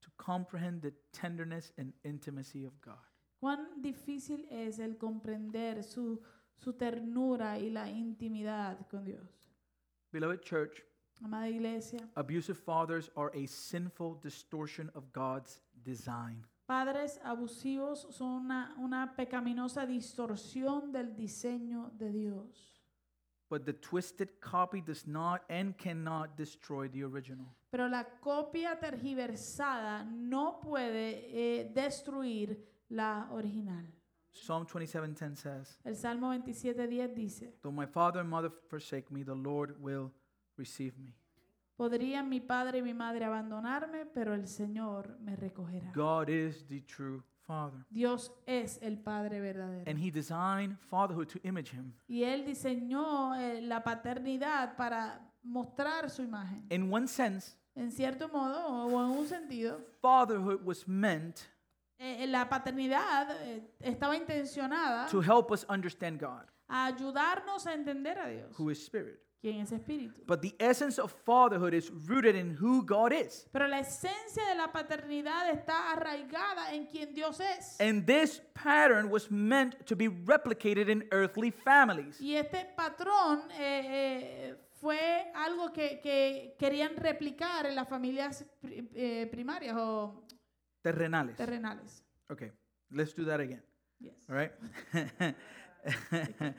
A: to comprehend the tenderness and intimacy of God.
B: cuán difícil es el comprender su, su ternura y la intimidad con Dios.
A: Beloved church,
B: Amada iglesia,
A: abusive fathers are a sinful distortion of God's design.
B: padres abusivos son una, una pecaminosa distorsión del diseño de Dios.
A: But the twisted copy does not and cannot destroy the original.
B: Pero la copia tergiversada no puede eh, destruir la original.
A: Psalm 27:10 says,
B: El Salmo 27.10 dice,
A: "Though my father and mother forsake me, the Lord will receive me."
B: Podrían mi padre y mi madre abandonarme, pero el Señor me recogerá.
A: God is the true father,
B: Dios es el Padre verdadero.
A: and he designed fatherhood to image him.
B: Y Él diseñó eh, la paternidad para mostrar su imagen.
A: In one sense,
B: En cierto modo, o o en un sentido,
A: fatherhood was meant
B: eh, eh, la paternidad eh, estaba intencionada
A: to help us understand God,
B: a ayudarnos a entender a Dios,
A: who is spirit.
B: quien es espíritu.
A: But the essence of fatherhood is rooted in who God is.
B: Pero la esencia de la paternidad está arraigada en quien Dios es.
A: And this pattern was meant to be replicated in earthly families.
B: Y este patrón eh, eh, fue algo que, que querían replicar en las familias pri- eh, primarias o
A: Terrenales.
B: terrenales.
A: Okay, let's do that again.
B: Yes.
A: All right?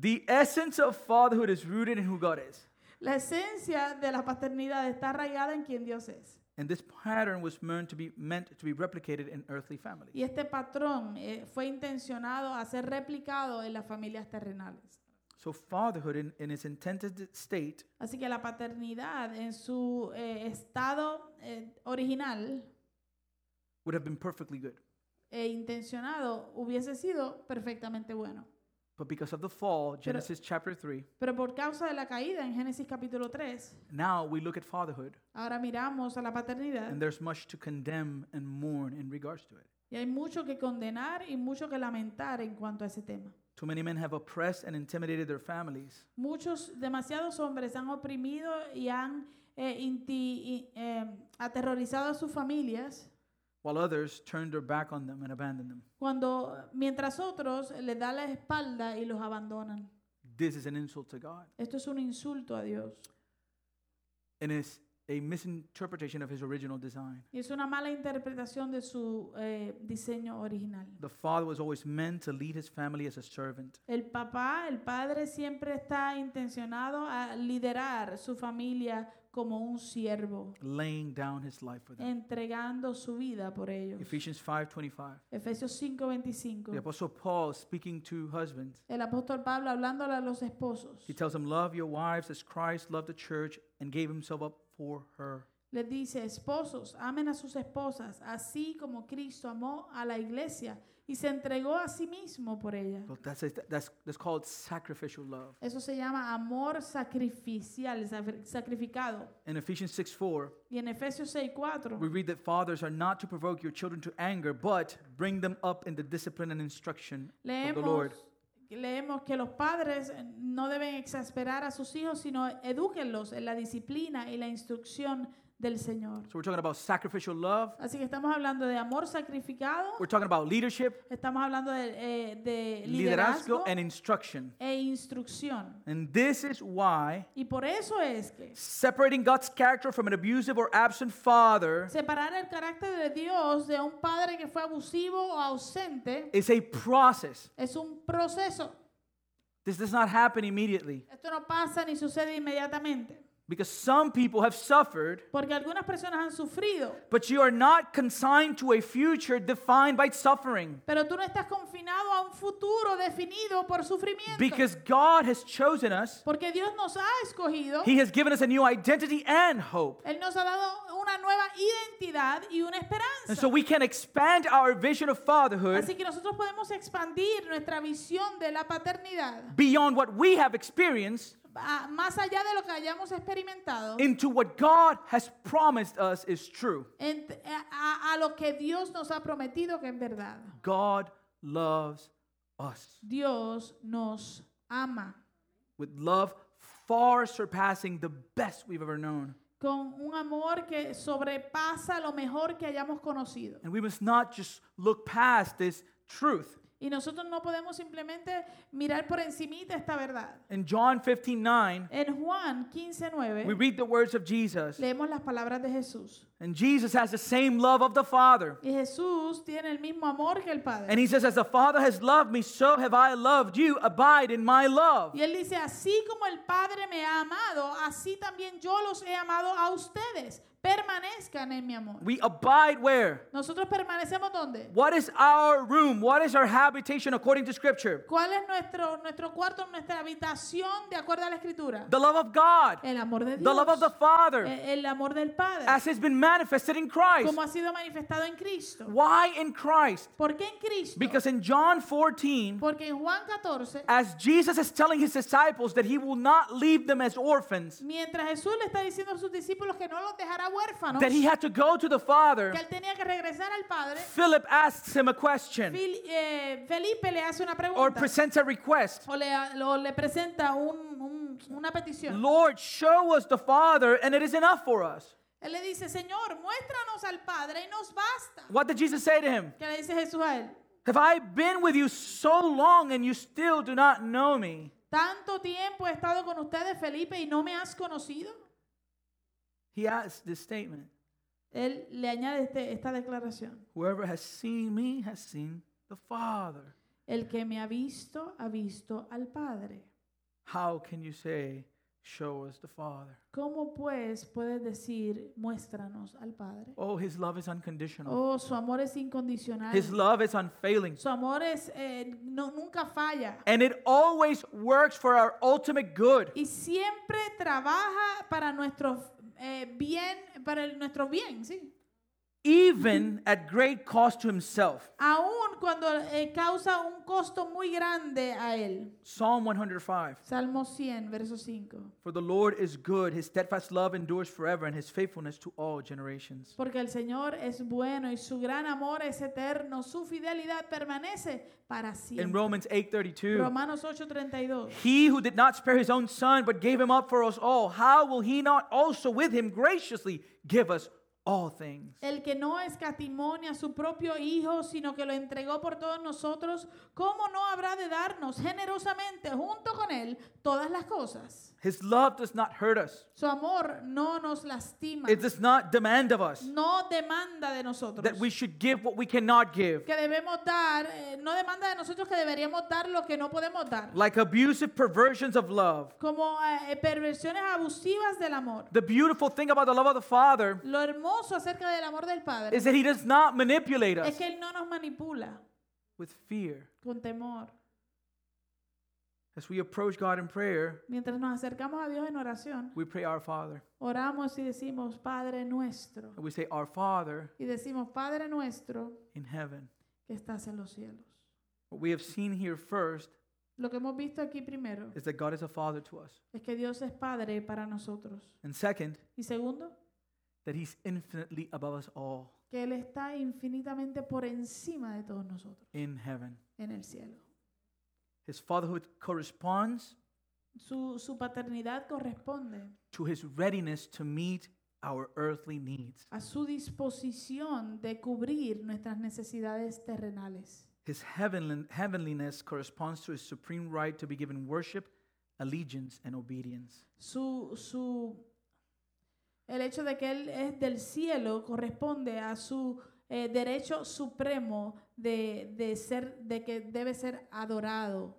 A: the essence of fatherhood is rooted in who God is.
B: La esencia de la paternidad está arraigada en quien Dios es.
A: And this pattern was meant to be meant to be replicated in earthly families.
B: Y este patrón eh, fue intencionado a ser replicado en las familias terrenales.
A: So fatherhood in, in its intended state
B: Así que la paternidad en su eh, estado eh, original
A: would have been perfectly good.
B: e intencionado hubiese sido perfectamente bueno.
A: But because of the fall, Genesis chapter 3,
B: Pero por causa de la caída en Génesis capítulo 3,
A: now we look at fatherhood
B: Ahora miramos a la paternidad
A: and there's much to condemn and mourn in regards to it.
B: y hay mucho que condenar y mucho que lamentar en cuanto a ese tema.
A: Too many men have oppressed and intimidated their families,
B: Muchos, demasiados hombres han oprimido y han eh, inti- i- eh, aterrorizado a sus familias
A: while others turn their back on them and abandon them.
B: cuando mientras otros les da la espalda y los abandonan.
A: This is an insult to God
B: Esto es un insulto a Dios
A: and is a misinterpretation of his original design.
B: y es una mala interpretación de su eh, diseño original.
A: The father was always meant to lead his family as a servant,
B: El papá, el padre siempre está intencionado a liderar su familia como un siervo,
A: laying down his life for them.
B: entregando su vida por ellos.
A: Ephesians 5:25.
B: Efesios
A: The
B: 5:25.
A: apostle Paul speaking to husbands.
B: El apóstol Pablo hablándole a los esposos,
A: He tells them, "Love your wives as Christ loved the church and gave himself up for her."
B: les dice, esposos, amen a sus esposas, así como Cristo amó a la iglesia y se entregó a sí mismo por ella.
A: So that's that's that's called sacrificial love.
B: Eso se llama amor sacrificial, sacri- sacrificado.
A: In Ephesians 6:4,
B: Y en Efesios
A: we
B: 6:4
A: read that fathers are not to provoke your children to anger, but bring them up in the discipline and instruction of the Lord.
B: leemos, leemos que los padres eh, no deben exasperar a sus hijos, sino edúquenlos en la disciplina y la instrucción del Señor.
A: So we're talking about sacrificial love.
B: Así que estamos hablando de amor sacrificado,
A: We're talking about leadership,
B: estamos hablando de, eh, de
A: liderazgo
B: liderazgo
A: and instruction.
B: e instrucción.
A: And this is why
B: Y por eso es que
A: separating God's character from an abusive or absent father
B: separar el carácter de Dios de un padre que fue abusivo o ausente
A: is a process.
B: es un proceso.
A: This does not happen immediately
B: Esto no pasa ni sucede inmediatamente.
A: because some people have suffered,
B: Porque algunas personas han sufrido,
A: but you are not consigned to a future defined by suffering
B: pero tú no estás confinado a un futuro definido por sufrimiento.
A: because God has chosen us.
B: porque Dios nos ha escogido,
A: He has given us a new identity and hope.
B: Él nos ha dado una nueva identidad y una esperanza.
A: And so we can expand our vision of fatherhood
B: Así que nosotros podemos expandir nuestra visión de la paternidad
A: beyond what we have experienced
B: a- más allá de lo que hayamos experimentado,
A: into what God has promised us is true.
B: ent- a- a lo que Dios nos ha prometido que es verdad.
A: God loves us
B: Dios nos ama.
A: with love far surpassing the best we've ever known.
B: con un amor que sobrepasa lo mejor que hayamos conocido.
A: And we must not just look past this truth.
B: Y nosotros no podemos simplemente mirar por encimita esta verdad.
A: In John 15 9,
B: En Juan
A: we
B: 15:9
A: read the words of Jesus.
B: leemos las palabras de Jesús.
A: And Jesus has the same love of the Father.
B: Y Jesús tiene el mismo amor que el
A: And
B: Padre.
A: he says, As the Father has loved me, so have I loved you. Abide in my love.
B: Y él dice, así como el Padre me ha amado, así también yo los he amado a ustedes. Permanezcan en mi amor.
A: We abide where?
B: Nosotros permanecemos donde?
A: What is our room? What is our habitation according to Scripture?
B: ¿Cuál es nuestro, nuestro cuarto, nuestra habitación de acuerdo a la Escritura?
A: The love of God,
B: El amor de Dios.
A: the love of the Father,
B: Eh, el amor del Padre,
A: as has been manifested in Christ.
B: como ha sido manifestado en Cristo.
A: Why in Christ?
B: ¿Por qué en Cristo?
A: Because in John 14,
B: Porque en Juan 14,
A: as Jesus is telling his disciples that he will not leave them as orphans,
B: mientras Jesús le está diciendo a sus discípulos que no los dejará huérfanos,
A: that he had to go to the Father,
B: que él tenía que regresar al Padre,
A: Philip asks him a question
B: Fil- eh, Felipe le hace una
A: or
B: pregunta
A: presents a request
B: o le, o le presenta un- un- una petición.
A: Lord, show us the Father, and it is enough for us.
B: Él le dice, Señor, muéstranos al Padre y nos basta.
A: What did Jesus say to him?
B: ¿Qué le dice Jesús a él?
A: Have I been with you so long and you still do not know me?
B: Tanto tiempo he estado con ustedes, Felipe, y no me has conocido.
A: He adds this statement
B: Él le añade este- esta declaración.
A: Whoever has seen me has seen the Father.
B: El que me ha visto, ha visto al Padre.
A: How can you say, Show us the Father?
B: ¿Cómo pues puedes decir, muéstranos al Padre?
A: Oh, his love is unconditional.
B: Oh, su amor es incondicional.
A: His love is unfailing.
B: Su amor es, eh, no, nunca falla.
A: And it always works for our ultimate good.
B: Y siempre trabaja para nuestro eh, bien, para el- nuestro bien, ¿sí?
A: even at great cost to himself.
B: Aún cuando eh, causa un costo muy grande a él.
A: Psalm 105
B: Salmo 100, verso 5.
A: For the Lord is good, his steadfast love endures forever, and his faithfulness to all generations.
B: Porque el Señor es bueno y su gran amor es eterno. Su fidelidad permanece para siempre.
A: In Romans 8:32,
B: Romanos 8:32.
A: he who did not spare his own son but gave him up for us all, how will he not also with him graciously give us all things.
B: El que no escatimó ni a su propio Hijo, sino que lo entregó por todos nosotros, ¿cómo no habrá de darnos generosamente junto con Él todas las cosas?
A: His love does not hurt us.
B: Su amor no nos lastima,
A: It does not demand of us
B: no demanda de nosotros.
A: that we should give what we cannot give.
B: que debemos dar, eh, no demanda de nosotros que deberíamos dar lo que no podemos dar.
A: Like abusive perversions of love.
B: Como eh, perversiones abusivas del amor.
A: The beautiful thing about the love of the Father
B: Lo hermoso acerca del amor del Padre
A: is that He does not manipulate
B: es
A: us
B: que Él no nos manipula
A: with fear.
B: con temor.
A: As we approach God in prayer,
B: Mientras nos acercamos a Dios en oración,
A: we pray, Our Father.
B: oramos y decimos, Padre nuestro.
A: And we say, Our Father
B: Y decimos, Padre nuestro
A: in heaven.
B: que estás en los cielos.
A: What we have seen here first
B: Lo que hemos visto aquí primero
A: is that God is a Father to us.
B: es que Dios es Padre para nosotros.
A: And second,
B: Y segundo,
A: that He's infinitely above us all
B: que Él está infinitamente por encima de todos nosotros
A: in heaven.
B: en el cielo.
A: His fatherhood corresponds
B: Su, su paternidad corresponde
A: to His readiness to meet our earthly needs.
B: a su disposición de cubrir nuestras necesidades terrenales.
A: His heavenly, heavenliness corresponds to his supreme right to be given worship, allegiance, and obedience.
B: Su, su, el hecho de que Él es del cielo corresponde a su eh, derecho supremo de, de, ser, de que debe ser adorado.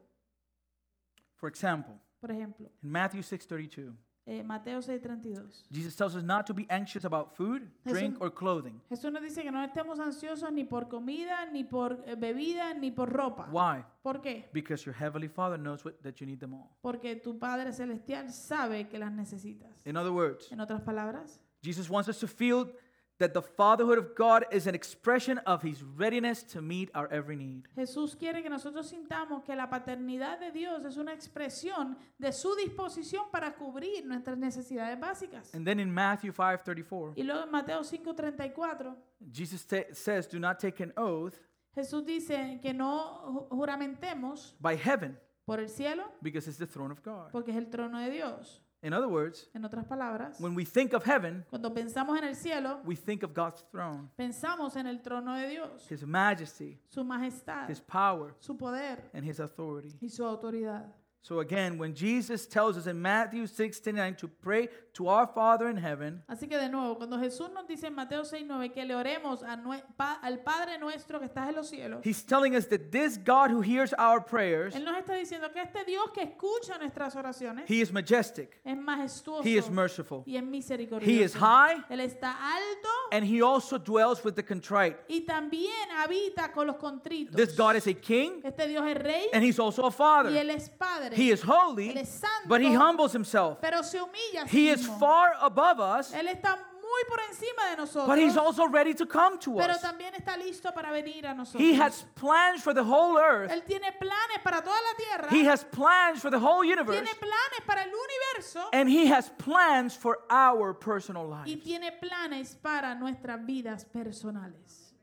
A: For example,
B: Por ejemplo,
A: in Matthew 6:32,
B: eh, Mateo 6:32.
A: Jesus tells us not to be anxious about food,
B: Jesús-
A: drink, or clothing.
B: Jesús nos dice que no estemos ansiosos ni por comida, ni por eh, bebida, ni por ropa.
A: Why?
B: ¿Por qué?
A: Because your heavenly Father knows what, that you need them all.
B: Porque tu Padre Celestial sabe que las necesitas.
A: In other words,
B: En otras palabras,
A: Jesus wants us to feel that the fatherhood of God is an expression of his readiness to meet our every need.
B: Jesús quiere que nosotros sintamos que la paternidad de Dios es una expresión de su disposición para cubrir nuestras necesidades básicas.
A: And then in Matthew 5:34,
B: Y luego en Mateo 5:34,
A: Jesus ta- says, "Do not take an oath
B: Jesús dice que no ju- juramentemos
A: by heaven,
B: por el cielo,
A: because it's the throne of God."
B: porque es el trono de Dios.
A: In other words,
B: En otras palabras,
A: when we think of heaven,
B: cuando pensamos en el cielo,
A: we think of God's throne,
B: pensamos en el trono de Dios,
A: His majesty,
B: su majestad,
A: His power,
B: su poder
A: and His authority.
B: y su autoridad.
A: So again, when Jesus tells us in Matthew 6 to pray to our Father in heaven,
B: Así que de nuevo, cuando Jesús nos dice en Mateo 6:9 que le oremos a nue- pa- al Padre nuestro que estás en los cielos,
A: He's telling us that this God who hears our prayers,
B: Él nos está diciendo que este Dios que escucha nuestras oraciones
A: He is majestic,
B: es majestuoso
A: He is merciful,
B: y es misericordioso.
A: He is high,
B: Él está alto
A: and He also dwells with the contrite.
B: y también habita con los contritos.
A: This God is a king,
B: este Dios es rey
A: and He's also a
B: y
A: father.
B: Él es padre.
A: He is holy,
B: Él es santo,
A: but He humbles Himself.
B: pero se humilla a sí
A: He is
B: mismo.
A: far above us,
B: Él está muy por encima de nosotros,
A: but He's also ready to come to
B: pero
A: us.
B: también está listo para venir a nosotros.
A: He has plans for the whole earth.
B: Él tiene planes para toda la tierra.
A: He has plans for the whole universe.
B: tiene planes para el universo
A: And he has plans for our personal
B: y
A: lives.
B: tiene planes para nuestras vidas personales.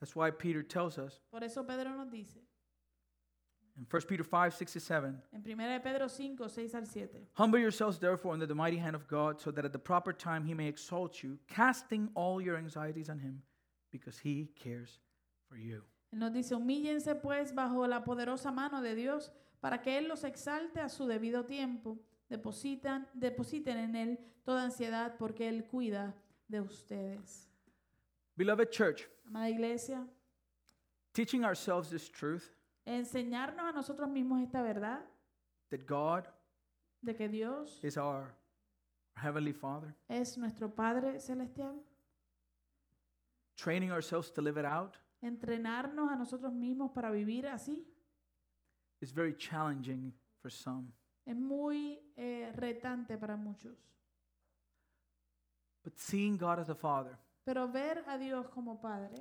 A: That's why Peter tells us
B: Por eso Pedro nos dice
A: in 1 Peter 5, 6 to 7.
B: en 1 de Pedro 5, 6 al 7.
A: Humble yourselves, therefore, under the mighty hand of God, so that at the proper time he may exalt you, casting all your anxieties on him, because he cares for you.
B: Él nos dice, humíllense pues bajo la poderosa mano de Dios para que Él los exalte a su debido tiempo. Depositan, depositen en Él toda ansiedad porque Él cuida de ustedes.
A: Beloved church,
B: Amada iglesia,
A: teaching ourselves this truth
B: enseñarnos a nosotros mismos esta verdad
A: that God
B: de que Dios
A: is our Heavenly Father,
B: es nuestro Padre Celestial.
A: training ourselves to live it out,
B: entrenarnos a nosotros mismos para vivir así
A: is very challenging for some.
B: es muy eh, retante para muchos.
A: But seeing God as the Father
B: Pero ver a Dios como Padre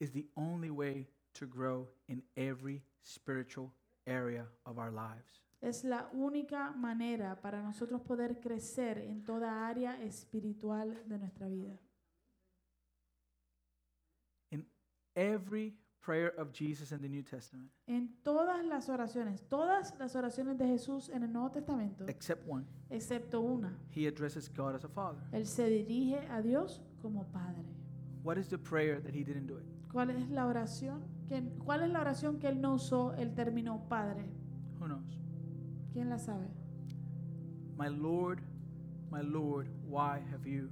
A: is the only way to grow in every spiritual area of our lives.
B: es la única manera para nosotros poder crecer en toda área espiritual de nuestra vida.
A: In every prayer of Jesus in the New Testament,
B: En todas las oraciones, todas las oraciones de Jesús en el Nuevo Testamento,
A: except one.
B: excepto una,
A: He addresses God as a father.
B: Él se dirige a Dios como Padre.
A: What is the prayer that he didn't do it?
B: ¿Cuál es la oración? que- ¿Cuál es la oración que Él no usó el término Padre?
A: Who knows?
B: ¿Quién la sabe?
A: My Lord, my Lord, why have you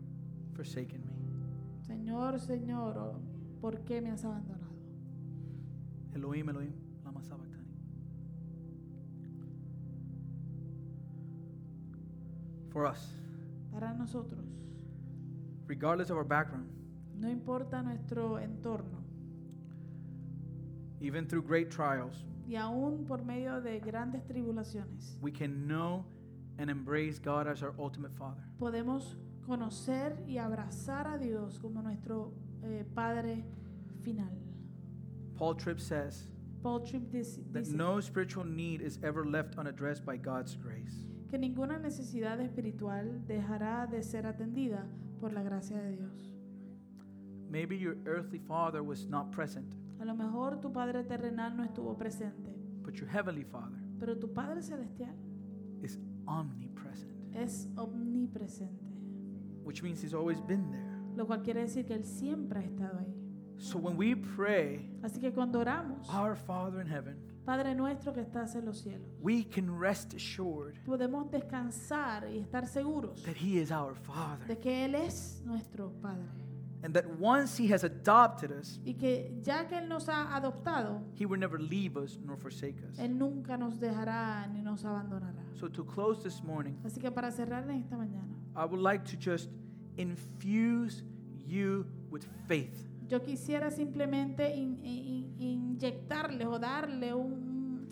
A: forsaken me?
B: Señor, Señor, oh, ¿por qué me has abandonado?
A: Elohim, Elohim, lama sabachthani. For us,
B: Para nosotros,
A: regardless of our background,
B: no importa nuestro entorno,
A: even through great trials,
B: y aún por medio de grandes tribulaciones,
A: we can know and embrace God as our ultimate Father.
B: podemos conocer y abrazar a Dios como nuestro eh, Padre final.
A: Paul Tripp says
B: Paul Tripp dice,
A: that
B: dice
A: no spiritual need is ever left unaddressed by God's grace.
B: que ninguna necesidad espiritual dejará de ser atendida por la gracia de Dios.
A: Maybe your earthly father was not present,
B: A lo mejor tu Padre terrenal no estuvo presente,
A: but your heavenly father
B: pero tu Padre celestial
A: is omnipresent,
B: es omnipresente,
A: which means he's always been there.
B: lo cual quiere decir que Él siempre ha estado ahí.
A: So when we pray,
B: Así que cuando oramos,
A: Our Father in heaven,
B: Padre nuestro que estás en los cielos,
A: we can rest assured
B: podemos descansar y estar seguros
A: that He is our Father.
B: de que Él es nuestro Padre
A: And that once He has adopted us,
B: y que ya que Él nos ha adoptado,
A: He will never leave us nor forsake us.
B: Él nunca nos dejará ni nos abandonará.
A: So, to close this morning,
B: Así que para cerrar en esta mañana,
A: I would like to just infuse you with faith.
B: yo quisiera simplemente in- in- inyectarles o darle un-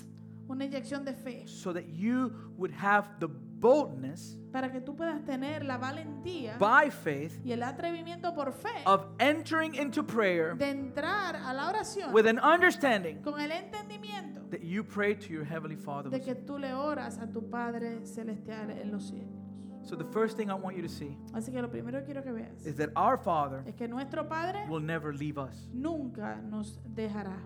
B: una inyección de fe
A: So that you would have the boldness
B: para que tú puedas tener la valentía
A: by faith
B: y el atrevimiento por fe
A: of entering into prayer
B: de entrar a la oración
A: with an understanding
B: con el entendimiento
A: that you pray to your Heavenly Father.
B: de que tú le oras a tu Padre Celestial en los cielos.
A: So, the first thing I want you to see
B: Así que lo primero que quiero que veas
A: is that our Father
B: es que nuestro Padre
A: will never leave us.
B: nunca nos dejará.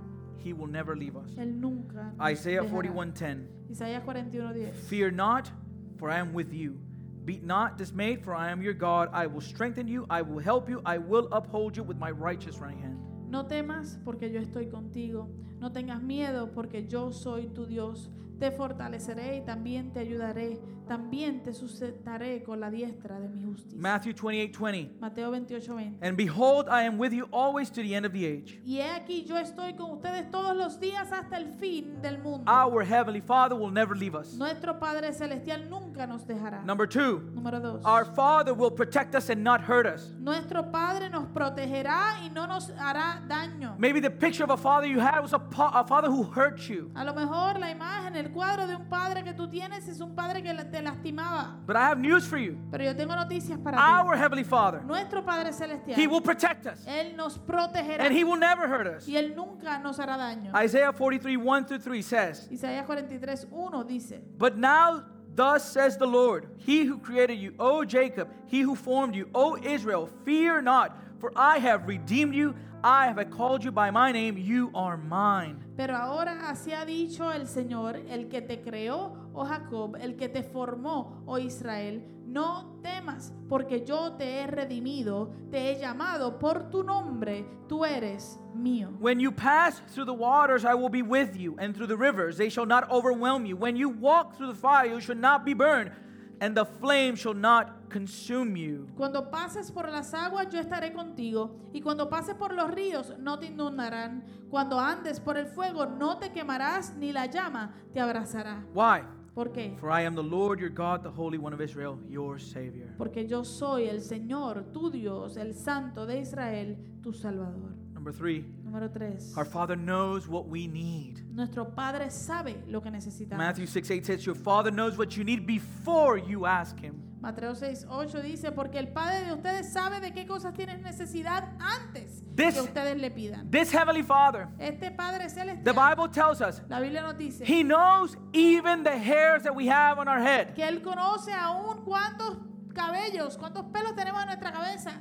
A: He will never leave us.
B: Él nunca nos
A: Isaiah
B: dejará.
A: 41:10.
B: Isaías 41.10
A: Fear not, for I am with you. Be not dismayed, for I am your God. I will strengthen you, I will help you, I will uphold you with my righteous right hand.
B: No temas porque yo estoy contigo. No tengas miedo porque yo soy tu Dios. Te fortaleceré y también te ayudaré. También te sustentaré con la diestra de mi justicia.
A: Matthew 28:20.
B: Mateo 28.20
A: And behold, I am with you always to the end of the age.
B: Y he aquí yo estoy con ustedes todos los días hasta el fin del mundo.
A: Our heavenly Father will never leave us.
B: Nuestro Padre Celestial nunca nos dejará.
A: Number 2,
B: Número dos.
A: our Father will protect us and not hurt us.
B: Nuestro Padre nos protegerá y no nos hará daño.
A: Maybe the picture of a father you had was a, pa- a father who hurt you.
B: A lo mejor la imagen, el cuadro de un padre que tú tienes es un padre que la- te lastimaba.
A: But I have news for you.
B: Pero yo tengo noticias para ti.
A: Our heavenly Father,
B: Nuestro Padre Celestial,
A: he will protect us
B: Él nos protegerá
A: and he will never hurt us.
B: y Él nunca nos hará daño.
A: Isaiah 43, 1 through 3 says,
B: Isaías 43, 1 dice,
A: But now, thus says the Lord, He who created you, O Jacob, He who formed you, O Israel, fear not, for I have redeemed you. I have called you by my name. You are mine.
B: pero ahora así ha dicho el Señor, el que te creó, oh Jacob, el que te formó, oh Israel, no temas, porque yo te he redimido, te he llamado por tu nombre, tú eres mío.
A: When you pass through the waters, I will be with you, and through the rivers, they shall not overwhelm you. When you walk through the fire, you shall not be burned, and the flame shall not consume you.
B: Cuando pases por las aguas, yo estaré contigo. Y cuando pases por los ríos, no te inundarán. Cuando andes por el fuego, no te quemarás, ni la llama te abrazará.
A: Why?
B: ¿Por qué?
A: For I am the Lord your God, the Holy One of Israel, your Savior.
B: Porque yo soy el Señor, tu Dios, el Santo de Israel, tu Salvador.
A: Number three,
B: Número 3.
A: Our Father knows what we need.
B: Nuestro Padre sabe lo que necesitamos.
A: Matthew 6 8 says, Your Father knows what you need before you ask Him.
B: Mateo 6, 8 dice, porque el Padre de ustedes sabe de qué cosas tienen necesidad antes
A: This-
B: que ustedes le pidan.
A: This Heavenly Father,
B: Este Padre
A: the
B: celestial,
A: Bible tells us,
B: la Biblia nos dice,
A: He knows even the hairs that we have on our head.
B: que Él conoce aún cuántos cabellos, cuántos pelos tenemos en nuestra cabeza.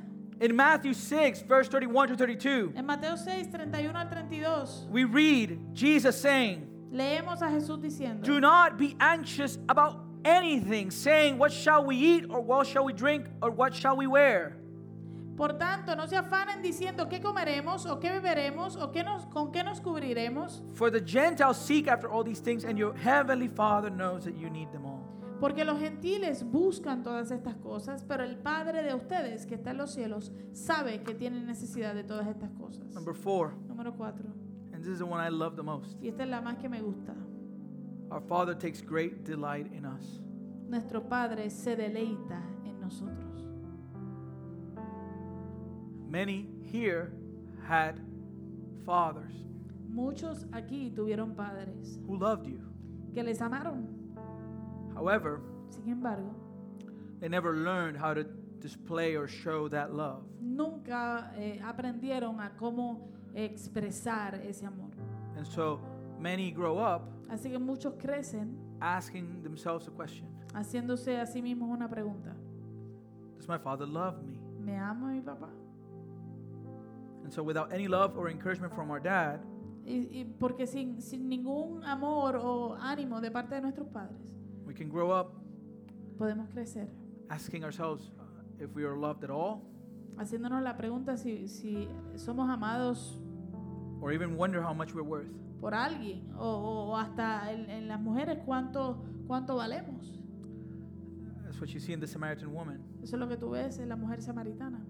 A: In Matthew 6, verse 31 to 32,
B: En Mateo 6, 31 al 32,
A: we read Jesus saying,
B: leemos a Jesús diciendo,
A: Do not be anxious about anything, saying, What shall we eat, or what shall we drink, or what shall we wear?
B: Por tanto, no se afanen diciendo qué comeremos o qué beberemos o qué nos, con qué nos cubriremos,
A: For the Gentiles seek after all these things, and your heavenly Father knows that you need them all.
B: porque los gentiles buscan todas estas cosas, pero el Padre de ustedes que está en los cielos sabe que tienen necesidad de todas estas cosas.
A: Number four,
B: Número 4.
A: and this is the one I love the most
B: Y esta es la más que me gusta.
A: Our Father takes great delight in us.
B: Nuestro Padre se deleita en nosotros.
A: Many here had fathers
B: Muchos aquí tuvieron padres
A: who loved you.
B: que les amaron.
A: However,
B: Sin embargo,
A: they never learned how to display or show that love.
B: nunca eh, aprendieron a cómo expresar ese amor.
A: And so many grow up
B: Así que muchos crecen
A: asking themselves a question
B: haciéndose a sí mismos una pregunta.
A: Does my father love me?
B: ¿Me ama mi papá?
A: And so, without any love or encouragement from our dad,
B: Y, y porque sin, sin ningún amor o ánimo de parte de nuestros padres,
A: we can grow up
B: podemos crecer.
A: asking ourselves uh, if we are loved at all,
B: Haciéndonos la pregunta si, si somos amados
A: or even wonder how much we're worth.
B: por alguien o, o- o hasta en, en las mujeres cuánto, cuánto valemos.
A: That's what you see in the Samaritan woman.
B: Eso es lo que tú ves en la mujer samaritana.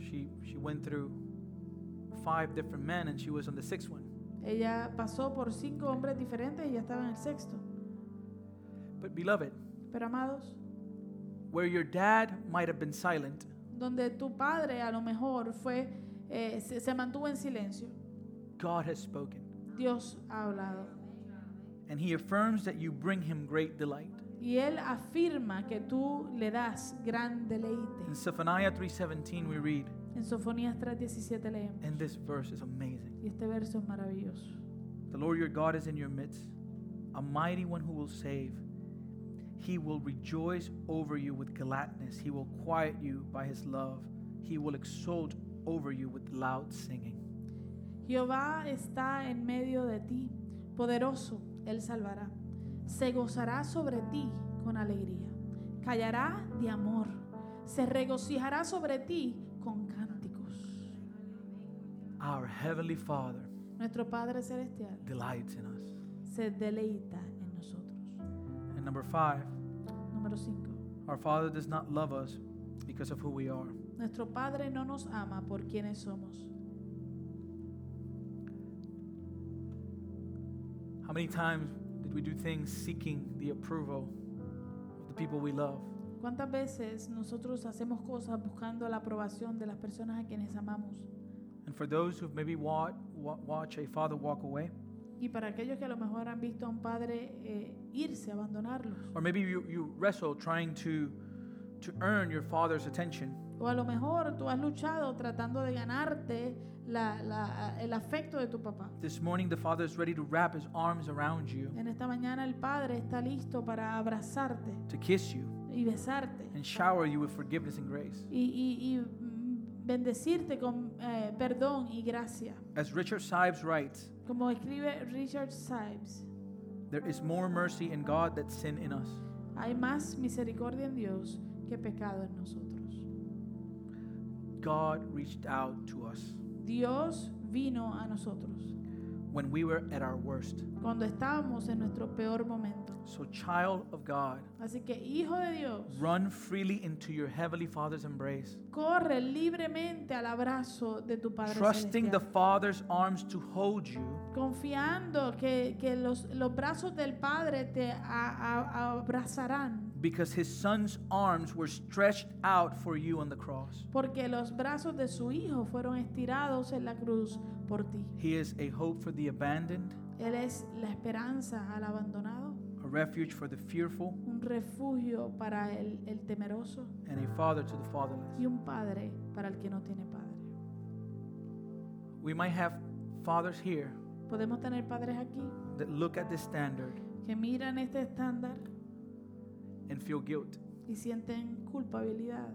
A: She, she went through five different men and she was on the sixth one.
B: Ella pasó por cinco hombres diferentes y ya estaba en el sexto.
A: But, beloved,
B: Pero amados,
A: where your dad might have been silent,
B: donde tu padre a lo mejor fue, eh, se- se mantuvo en silencio,
A: God has spoken.
B: Dios ha hablado.
A: And he affirms that you bring him great delight.
B: Y él afirma que tú le das gran deleite.
A: In Zephaniah 3:17 we read,
B: En Sofonías 3:17 leemos.
A: and this verse is amazing.
B: Y este verso es maravilloso.
A: The Lord your God is in your midst, a mighty one who will save. He will rejoice over you with gladness. He will quiet you by his love. He will exult over you with loud singing.
B: Jehová está en medio de ti, poderoso, él salvará. Se gozará sobre ti con alegría, callará de amor, se regocijará sobre ti con cánticos.
A: Our heavenly Father
B: Nuestro Padre Celestial
A: delights in us.
B: se deleita en nosotros.
A: And number 5,
B: Número 5.
A: our Father does not love us because of who we are.
B: Nuestro Padre no nos ama por quienes somos.
A: How many times did we do things seeking the approval of the people we love?
B: ¿Cuántas veces nosotros hacemos cosas buscando la aprobación de las personas a quienes amamos?
A: And for those who've maybe wa- wa- watch a father walk away,
B: Y para aquellos que a lo mejor han visto a un padre eh, irse, abandonarlos,
A: or maybe you, you wrestle trying to, to earn your father's attention,
B: o a lo mejor tú has luchado tratando de ganarte la- la- el afecto de tu papá.
A: this morning the father is ready to wrap his arms around you,
B: En esta mañana el padre está listo para abrazarte
A: to kiss you,
B: y besarte
A: and shower you with forgiveness and grace.
B: y, y- y, mm, bendecirte con eh, perdón y gracia.
A: As Richard Sibes writes,
B: Como escribe Richard Sibes,
A: there is more mercy in God than sin in us.
B: hay más misericordia en Dios que pecado en nosotros.
A: God reached out to us
B: Dios vino a nosotros
A: when we were at our worst.
B: cuando estábamos en nuestro peor momento.
A: So, child of God,
B: Así que, hijo de Dios,
A: Run freely into your heavenly Father's embrace,
B: corre libremente al abrazo de tu Padre
A: trusting the
B: Celestial,
A: Father's arms to hold you
B: confiando que, que los, los brazos del Padre te a- a- abrazarán,
A: because his son's arms were stretched out for you on the cross.
B: porque los brazos de su Hijo fueron estirados en la cruz por ti.
A: He is a hope for the abandoned,
B: Él es la esperanza al abandonado,
A: a refuge for the fearful,
B: un refugio para el, el temeroso
A: and a father to the fatherless.
B: y un Padre para el que no tiene Padre.
A: We might have fathers here
B: Podemos tener padres aquí
A: that look at this standard
B: que miran este estándar
A: and feel guilt,
B: y sienten culpabilidad.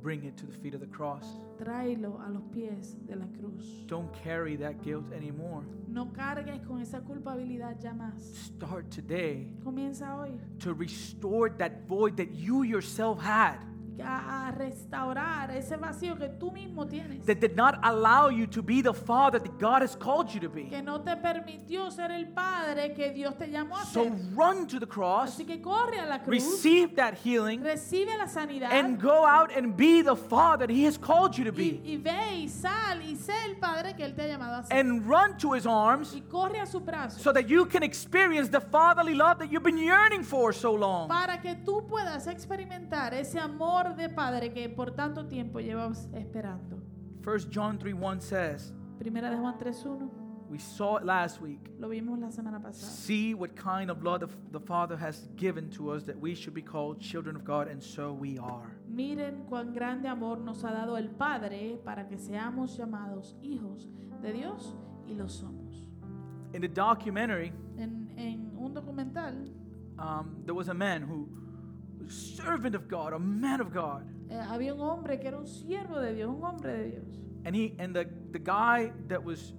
A: bring it to the feet of the cross.
B: Tráelo a los pies de la cruz.
A: Don't carry that guilt anymore.
B: No cargues con esa culpabilidad ya más.
A: Start today
B: Comienza hoy
A: to restore that void that you yourself had
B: a, a restaurar ese vacío que tú mismo tienes.
A: that did not allow you to be the father that God has called you to be.
B: Que no te permitió ser el padre que Dios te llamó a
A: So
B: ser.
A: run to the cross,
B: Así que corre a la cruz.
A: receive that healing,
B: Recibe la sanidad.
A: and go out and be the father that He has called you to
B: y,
A: be.
B: y ve y sal y sé el padre que Él te ha llamado a ser.
A: And run to His arms
B: Y corre a su brazo
A: so that you can experience the fatherly love that you've been yearning for so long.
B: para que tú puedas experimentar ese amor de padre que por tanto tiempo llevas esperando.
A: 1 John 3 1 says,
B: Primera de Juan 3.1,
A: We saw it last week.
B: lo vimos la semana pasada.
A: See what kind of love the, the Father has given to us that we should be called children of God, and so we are.
B: Miren cuán grande amor nos ha dado el Padre para que seamos llamados hijos de Dios y lo somos.
A: In the documentary,
B: En, en un documental
A: um, there was a man who, servant of God, a man of God,
B: eh, había un hombre que era un siervo de Dios, un hombre de Dios.
A: and he and the, the guy that was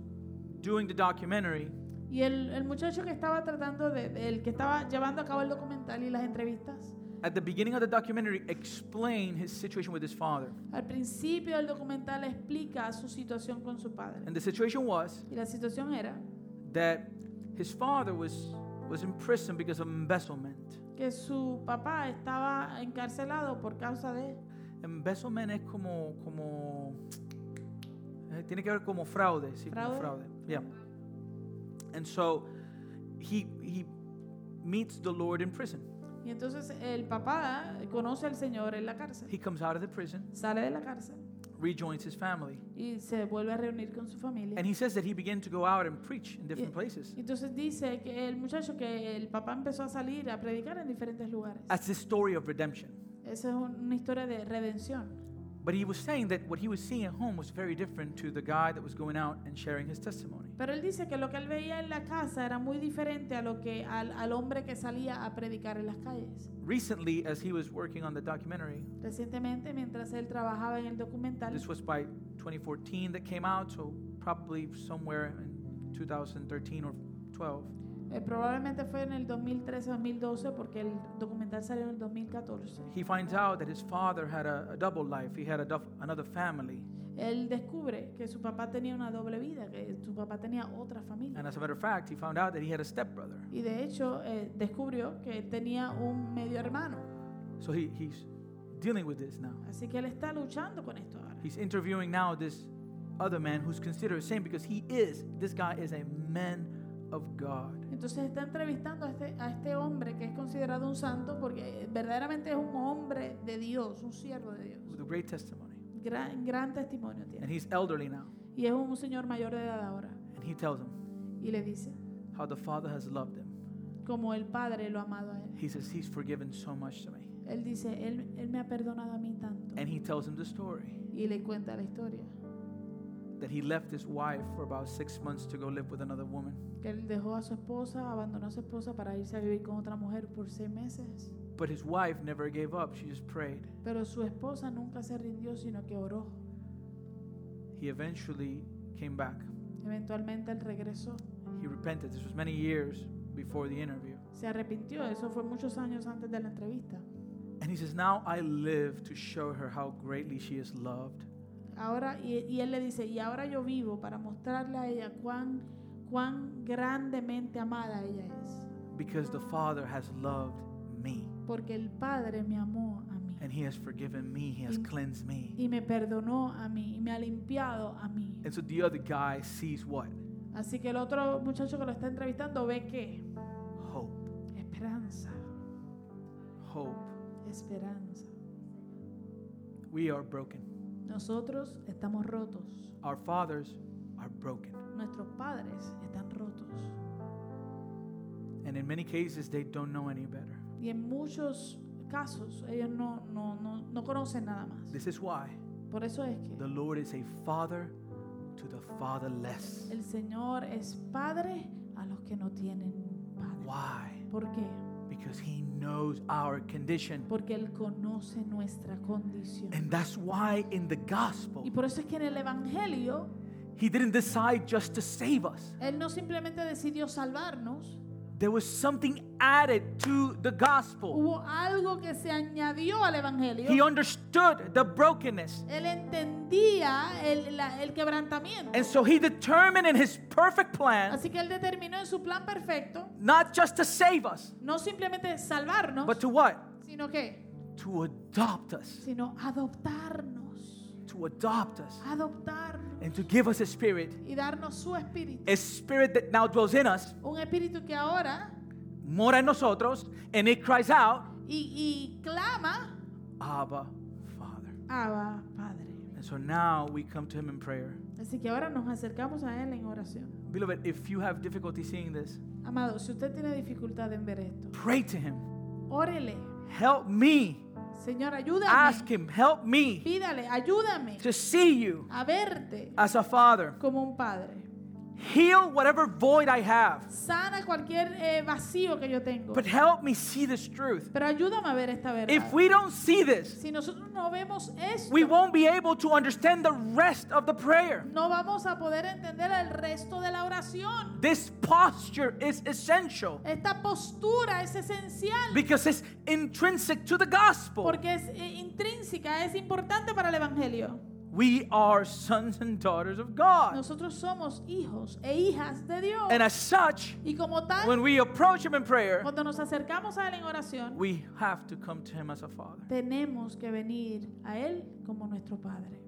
A: doing the documentary,
B: Y el, el muchacho que estaba tratando de, de- el que estaba llevando a cabo el documental y las entrevistas,
A: at the beginning of the documentary, explained his situation with his father.
B: al principio del documental explica su situación con su padre.
A: And the situation was
B: Y la situación era
A: that his father was was in prison because of embezzlement.
B: que su papá estaba encarcelado por causa de
A: Embezzlement es como, como eh, tiene que ver como fraude, sí, como fraude.
B: Fraude.
A: Yeah. And so he he meets the Lord in prison.
B: Y entonces el papá conoce al Señor en la cárcel.
A: He comes out of the prison,
B: Sale de la cárcel
A: rejoins his family,
B: y se vuelve a reunir con su familia.
A: and he says that he began to go out and preach in different
B: Yeah.
A: places.
B: Y entonces dice que el muchacho que el papá empezó a salir a predicar en diferentes lugares.
A: That's the story of redemption.
B: Esa es un- una historia de redención.
A: But he was saying that what he was seeing at home was very different to the guy that was going out and sharing his testimony.
B: Pero él dice que lo que él veía en la casa era muy diferente a lo que al, al hombre que salía a predicar en las calles.
A: Recently, as he was working on the documentary,
B: Recientemente, mientras él trabajaba en el documental,
A: This was by 2014 that came out, so probably somewhere in 2013 or 12.
B: eh, probablemente fue en el 2013-2012 porque el documental salió en el 2014.
A: He finds out that his father had a, a double life. He had a duff, another family,
B: Él descubre que su papá tenía una doble vida, que su papá tenía otra familia.
A: and as a matter of fact, he found out that he had a stepbrother.
B: Y de hecho eh, descubrió que él tenía un medio hermano.
A: So he, he's dealing with this now.
B: Así que él está luchando con esto ahora.
A: He's interviewing now this other man who's considered a saint because he is. This guy is a man of God.
B: Entonces está entrevistando a este, a este hombre que es considerado un santo porque eh, verdaderamente es un hombre de Dios, un siervo de Dios.
A: with a great testimony,
B: Gran, gran testimonio
A: and
B: tiene.
A: he's elderly now.
B: Y es un señor mayor de edad ahora.
A: And he tells him
B: Y le dice,
A: how the father has loved him.
B: como el Padre lo ha amado a él.
A: He says he's forgiven so much to me,
B: Él dice, él, él me ha perdonado a mí tanto.
A: and he tells him the story.
B: Y le cuenta la historia.
A: that he left his wife for about six months to go live with another woman.
B: que él dejó a su esposa, abandonó a su esposa para irse a vivir con otra mujer por seis meses.
A: But his wife never gave up, she just prayed.
B: Pero su esposa nunca se rindió, sino que oró.
A: He eventually came back.
B: Eventualmente él regresó,
A: He repented. This was many years before the interview.
B: se arrepintió, eso fue muchos años antes de la entrevista.
A: And he says, Now I live to show her how greatly she is loved.
B: Ahora, y, y él le dice, y ahora yo vivo para mostrarle a ella cuán, cuán grandemente amada ella es,
A: Because the Father has loved me.
B: porque el Padre me amó a mí
A: And he has forgiven me. He has
B: Mm.
A: cleansed me.
B: y me perdonó a mí y me ha limpiado a mí.
A: And so the other guy sees what?
B: Así que el otro muchacho que lo está entrevistando ve que
A: Hope.
B: esperanza,
A: Hope.
B: esperanza.
A: We are broken.
B: Nosotros estamos rotos.
A: Our fathers are broken.
B: Nuestros padres están rotos.
A: And in many cases, they don't know any better.
B: Y en muchos casos ellos no, no, no, no conocen nada más.
A: This is why
B: Por eso es
A: The
B: que
A: Lord is a father to the fatherless.
B: el Señor es padre a los que no tienen padre.
A: Why?
B: ¿Por qué?
A: Because he knows our condition.
B: porque Él conoce nuestra condición.
A: And that's why in the gospel,
B: Y por eso es que en el Evangelio,
A: he didn't decide just to save us.
B: Él no simplemente decidió salvarnos,
A: There was something added to the gospel.
B: hubo algo que se añadió al
A: He
B: Evangelio.
A: understood the brokenness.
B: Él entendía el, la- el quebrantamiento.
A: And so he determined in his perfect plan
B: Así que Él determinó en su plan perfecto
A: not just to save us,
B: no simplemente salvarnos,
A: but to what?
B: sino que,
A: To adopt us.
B: sino adoptarnos,
A: To adopt us.
B: adoptarnos
A: And to give us a spirit.
B: y darnos su espíritu.
A: A spirit that now dwells in us,
B: Un espíritu que ahora
A: mora en nosotros, and it cries out,
B: y, y clama,
A: Abba, Father.
B: Abba, Padre.
A: And so now we come to him in prayer.
B: Así que ahora nos acercamos a Él en oración.
A: Beloved, if you have difficulty seeing this,
B: Amado, si usted tiene dificultad en ver esto,
A: pray to him.
B: órele.
A: Help me.
B: Señor, ayúdame.
A: Ask him, help me
B: Pídale, ayúdame
A: to see you
B: a verte
A: as a father.
B: como un padre.
A: Heal whatever void I have,
B: Sana cualquier eh, vacío que yo tengo.
A: but help me see this truth.
B: Pero ayúdame a ver esta verdad.
A: If we don't see this,
B: si nosotros no vemos esto,
A: we won't be able to understand the rest of the prayer.
B: no vamos a poder entender el resto de la oración.
A: This posture is essential
B: Esta postura es esencial
A: because it's intrinsic to the gospel.
B: porque es eh, intrínseca, es importante para el Evangelio.
A: We are sons and daughters of God.
B: Nosotros somos hijos e hijas de Dios.
A: And as such,
B: Y como tal,
A: when we approach Him in prayer,
B: cuando nos acercamos a Él en oración,
A: we have to come to Him as a father.
B: tenemos que venir a Él como nuestro Padre.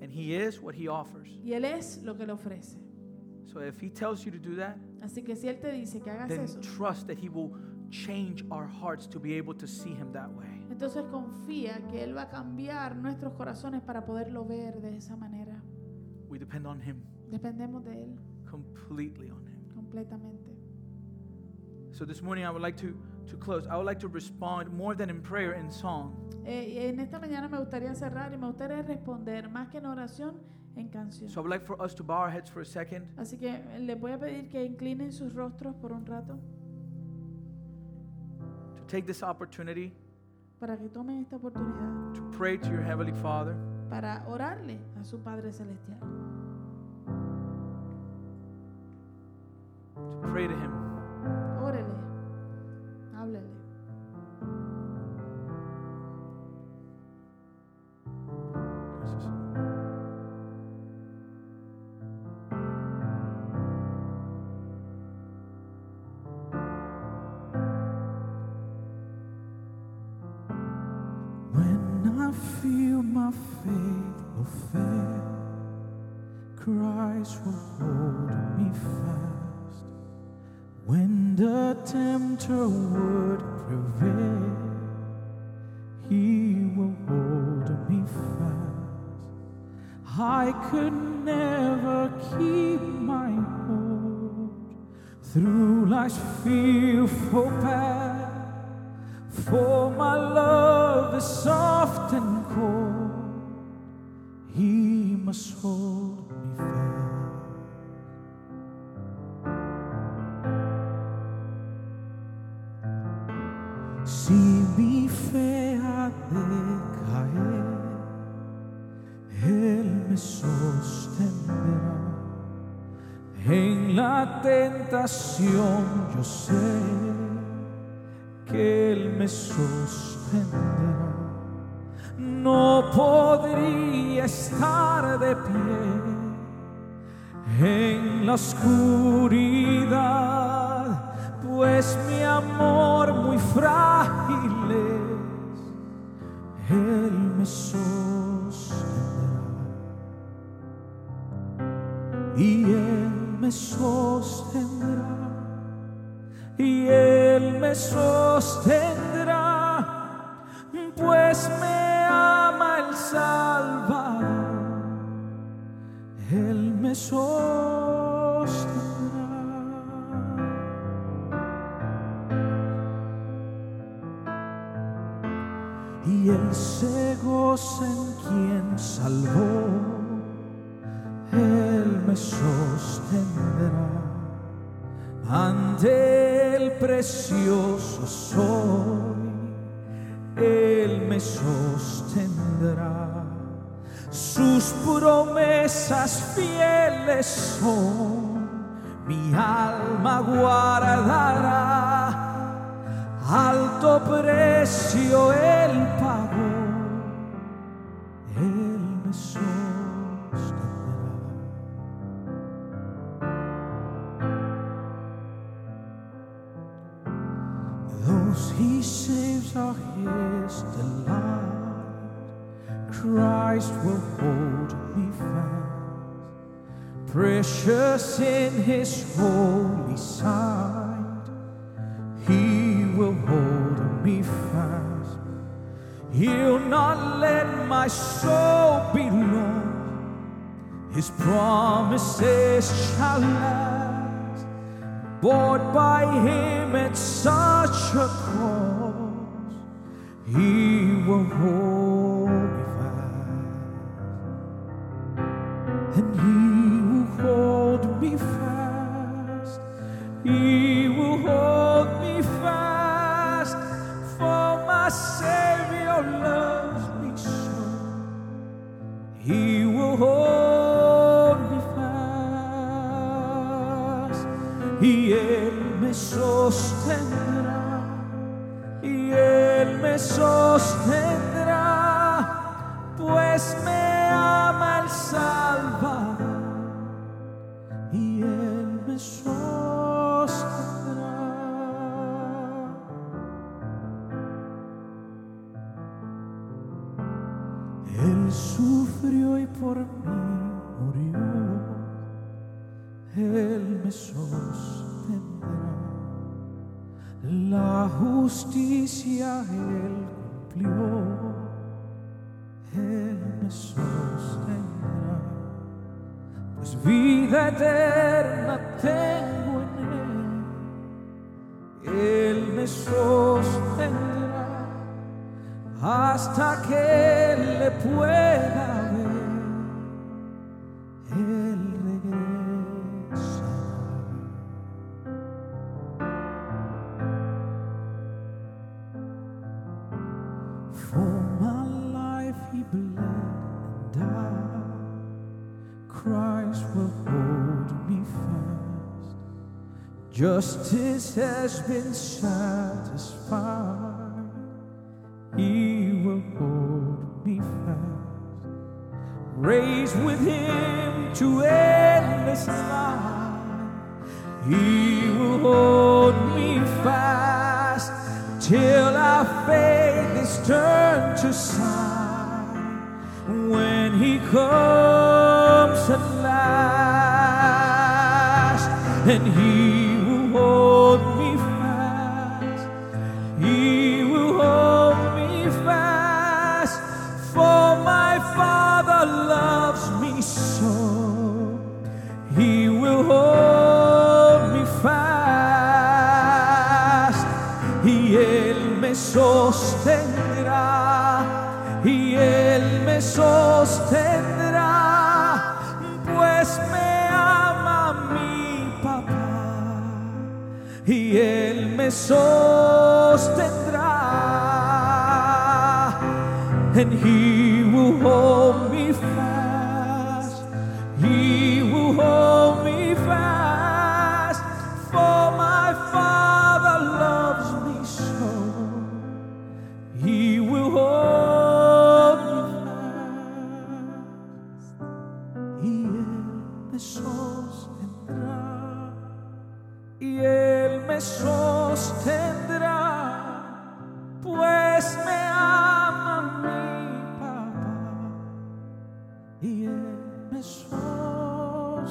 A: And He is what He offers.
B: Y Él es lo que le ofrece.
A: So if He tells you to do that,
B: Así que si Él te dice que hagas
A: then
B: eso,
A: trust that He will change our hearts to be able to see Him that way.
B: entonces confía que Él va a cambiar nuestros corazones para poderlo ver de esa manera.
A: We depend on Him,
B: Dependemos de Él
A: completely on Him.
B: completamente.
A: So this morning, I would like to, to close. I would like to respond more than in prayer and song.
B: Eh, en esta mañana me gustaría cerrar y me gustaría responder más que en oración, en canción.
A: So I would like for us to bow our heads for a second.
B: Así que eh, les voy a pedir que inclinen sus rostros por un rato
A: to take this opportunity
B: para que tomen esta oportunidad
A: to pray to your Heavenly Father.
B: para orarle a su Padre Celestial.
A: To pray to Him.
B: Órele, háblele.
A: Gracias.
C: When I feel my faith will fail, Christ will hold me fast. When the tempter would prevail, He will hold me fast. I could never keep my hold through life's fearful path. For my love is soft and cold, he must hold me fast. Si mi fe ha de caer, él me sostendrá. En la tentación yo sé que Él me sostendrá. No podría estar de pie en la oscuridad, pues mi amor muy frágil es. Él me sostendrá y Él me sostendrá y Él me sostendrá, pues me ama el Salvador. Él me sostendrá. Y Él se goza en quien salvó, Él me sostendrá. ante el precioso sol, Él me sostendrá. Sus promesas fieles son, mi alma guardará. Alto precio Él pagó, Él me sostendrá. Those he saves are his delight. Christ will hold me fast, precious in his holy sight. He will hold me fast. He'll not let my soul be lost. His promises shall last bought by him at such a cost, he will hold me fast, and he will hold me fast, he will hold me fast, for my Savior loves me so. He will hold me fast y Él me sostendrá. Y Él me sostendrá, pues me ama el Salvador. Y Él me sostendrá. Él sufrió y por mí murió. Él me sostendrá. La justicia Él cumplió. Él me sostendrá. Pues vida eterna tengo en Él. Él me sostendrá hasta que le pueda ver, él regresa. For my life he bled and died. Christ will hold me fast. Justice has been satisfied. He will hold me fast, raised with him to endless life. He will hold me fast till our faith is turned to sight. When he comes at last, and he will hold me fast. He will hold me fast, for my Father loves me so. He will hold me fast, y Él me sostendrá, y Él me sostendrá, pues me ama mi papá y Él me sostendrá. And He will hold me fast. He will hold me fast. For my Father loves me so. He will hold me fast. Y Él me sostendrá y Él me sostendrá, pues me ama mi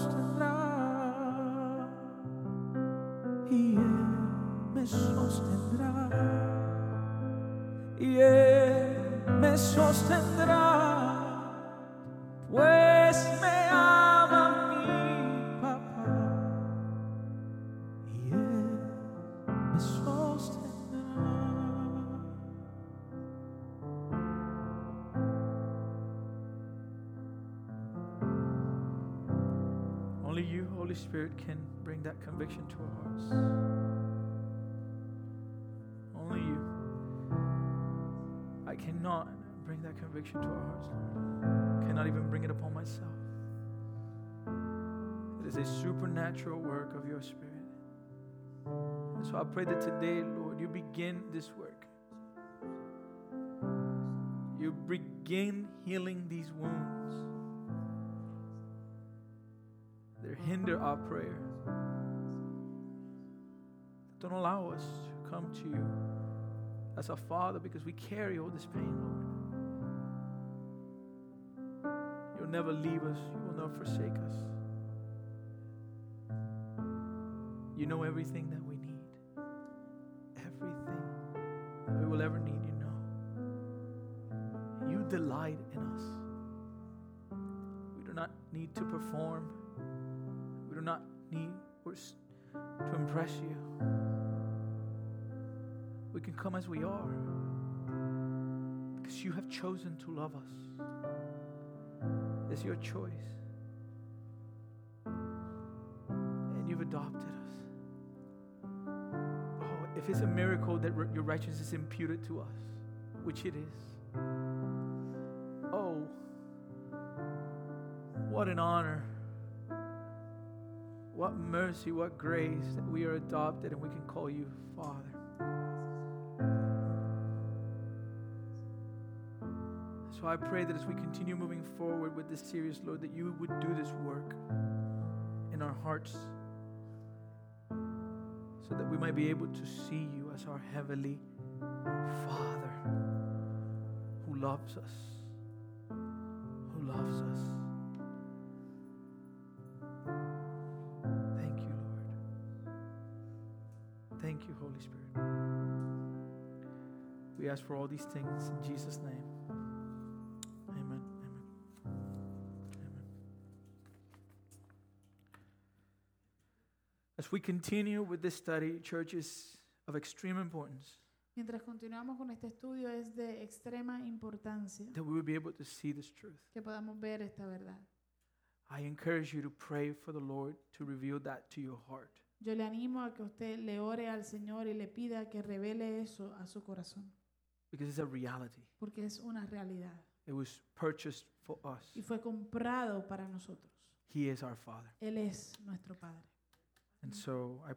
C: papá, y Él me sostendrá, y Él me sostendrá, y Él me sostendrá, pues me ama mi papá y Él me sostendrá.
A: Only you Holy Spirit can bring that conviction to our hearts. Only you. I cannot bring that conviction to our hearts, Lord. Cannot even bring it upon myself. It is a supernatural work of your Spirit. And so I pray that today, Lord, you begin this work. You begin healing these wounds that hinder our prayer. Don't allow us to come to you as our Father because we carry all this pain, Lord. You'll never leave us, you will not forsake us. You know everything that we need, everything that we will ever need, you know. You delight in us. We do not need to perform, we do not need or s- to impress you. We can come as we are because you have chosen to love us. It's your choice. And you've adopted us. Oh, if it's a miracle that r- your righteousness is imputed to us, which it is. Oh, what an honor. What mercy, what grace that we are adopted and we can call you Father. So I pray that as we continue moving forward with this series, Lord, that you would do this work in our hearts so that we might be able to see you as our heavenly Father who loves us, who loves us. Thank you, Lord. Thank you, Holy Spirit. We ask for all these things in Jesus' name. Amen. Amen. Amen. As we continue with this study, church is of extreme importance
B: Mientras continuamos con este estudio, es de extrema importancia
A: that we will be able to see this truth.
B: que podamos ver esta verdad.
A: I encourage you to pray for the Lord to reveal that to your heart.
B: Yo le animo a que usted le ore al Señor y le pida que revele eso a su corazón,
A: Because it's a reality.
B: porque es una realidad
A: It was purchased for us.
B: y fue comprado para nosotros.
A: He is our Father.
B: Él es nuestro Padre.
A: And so I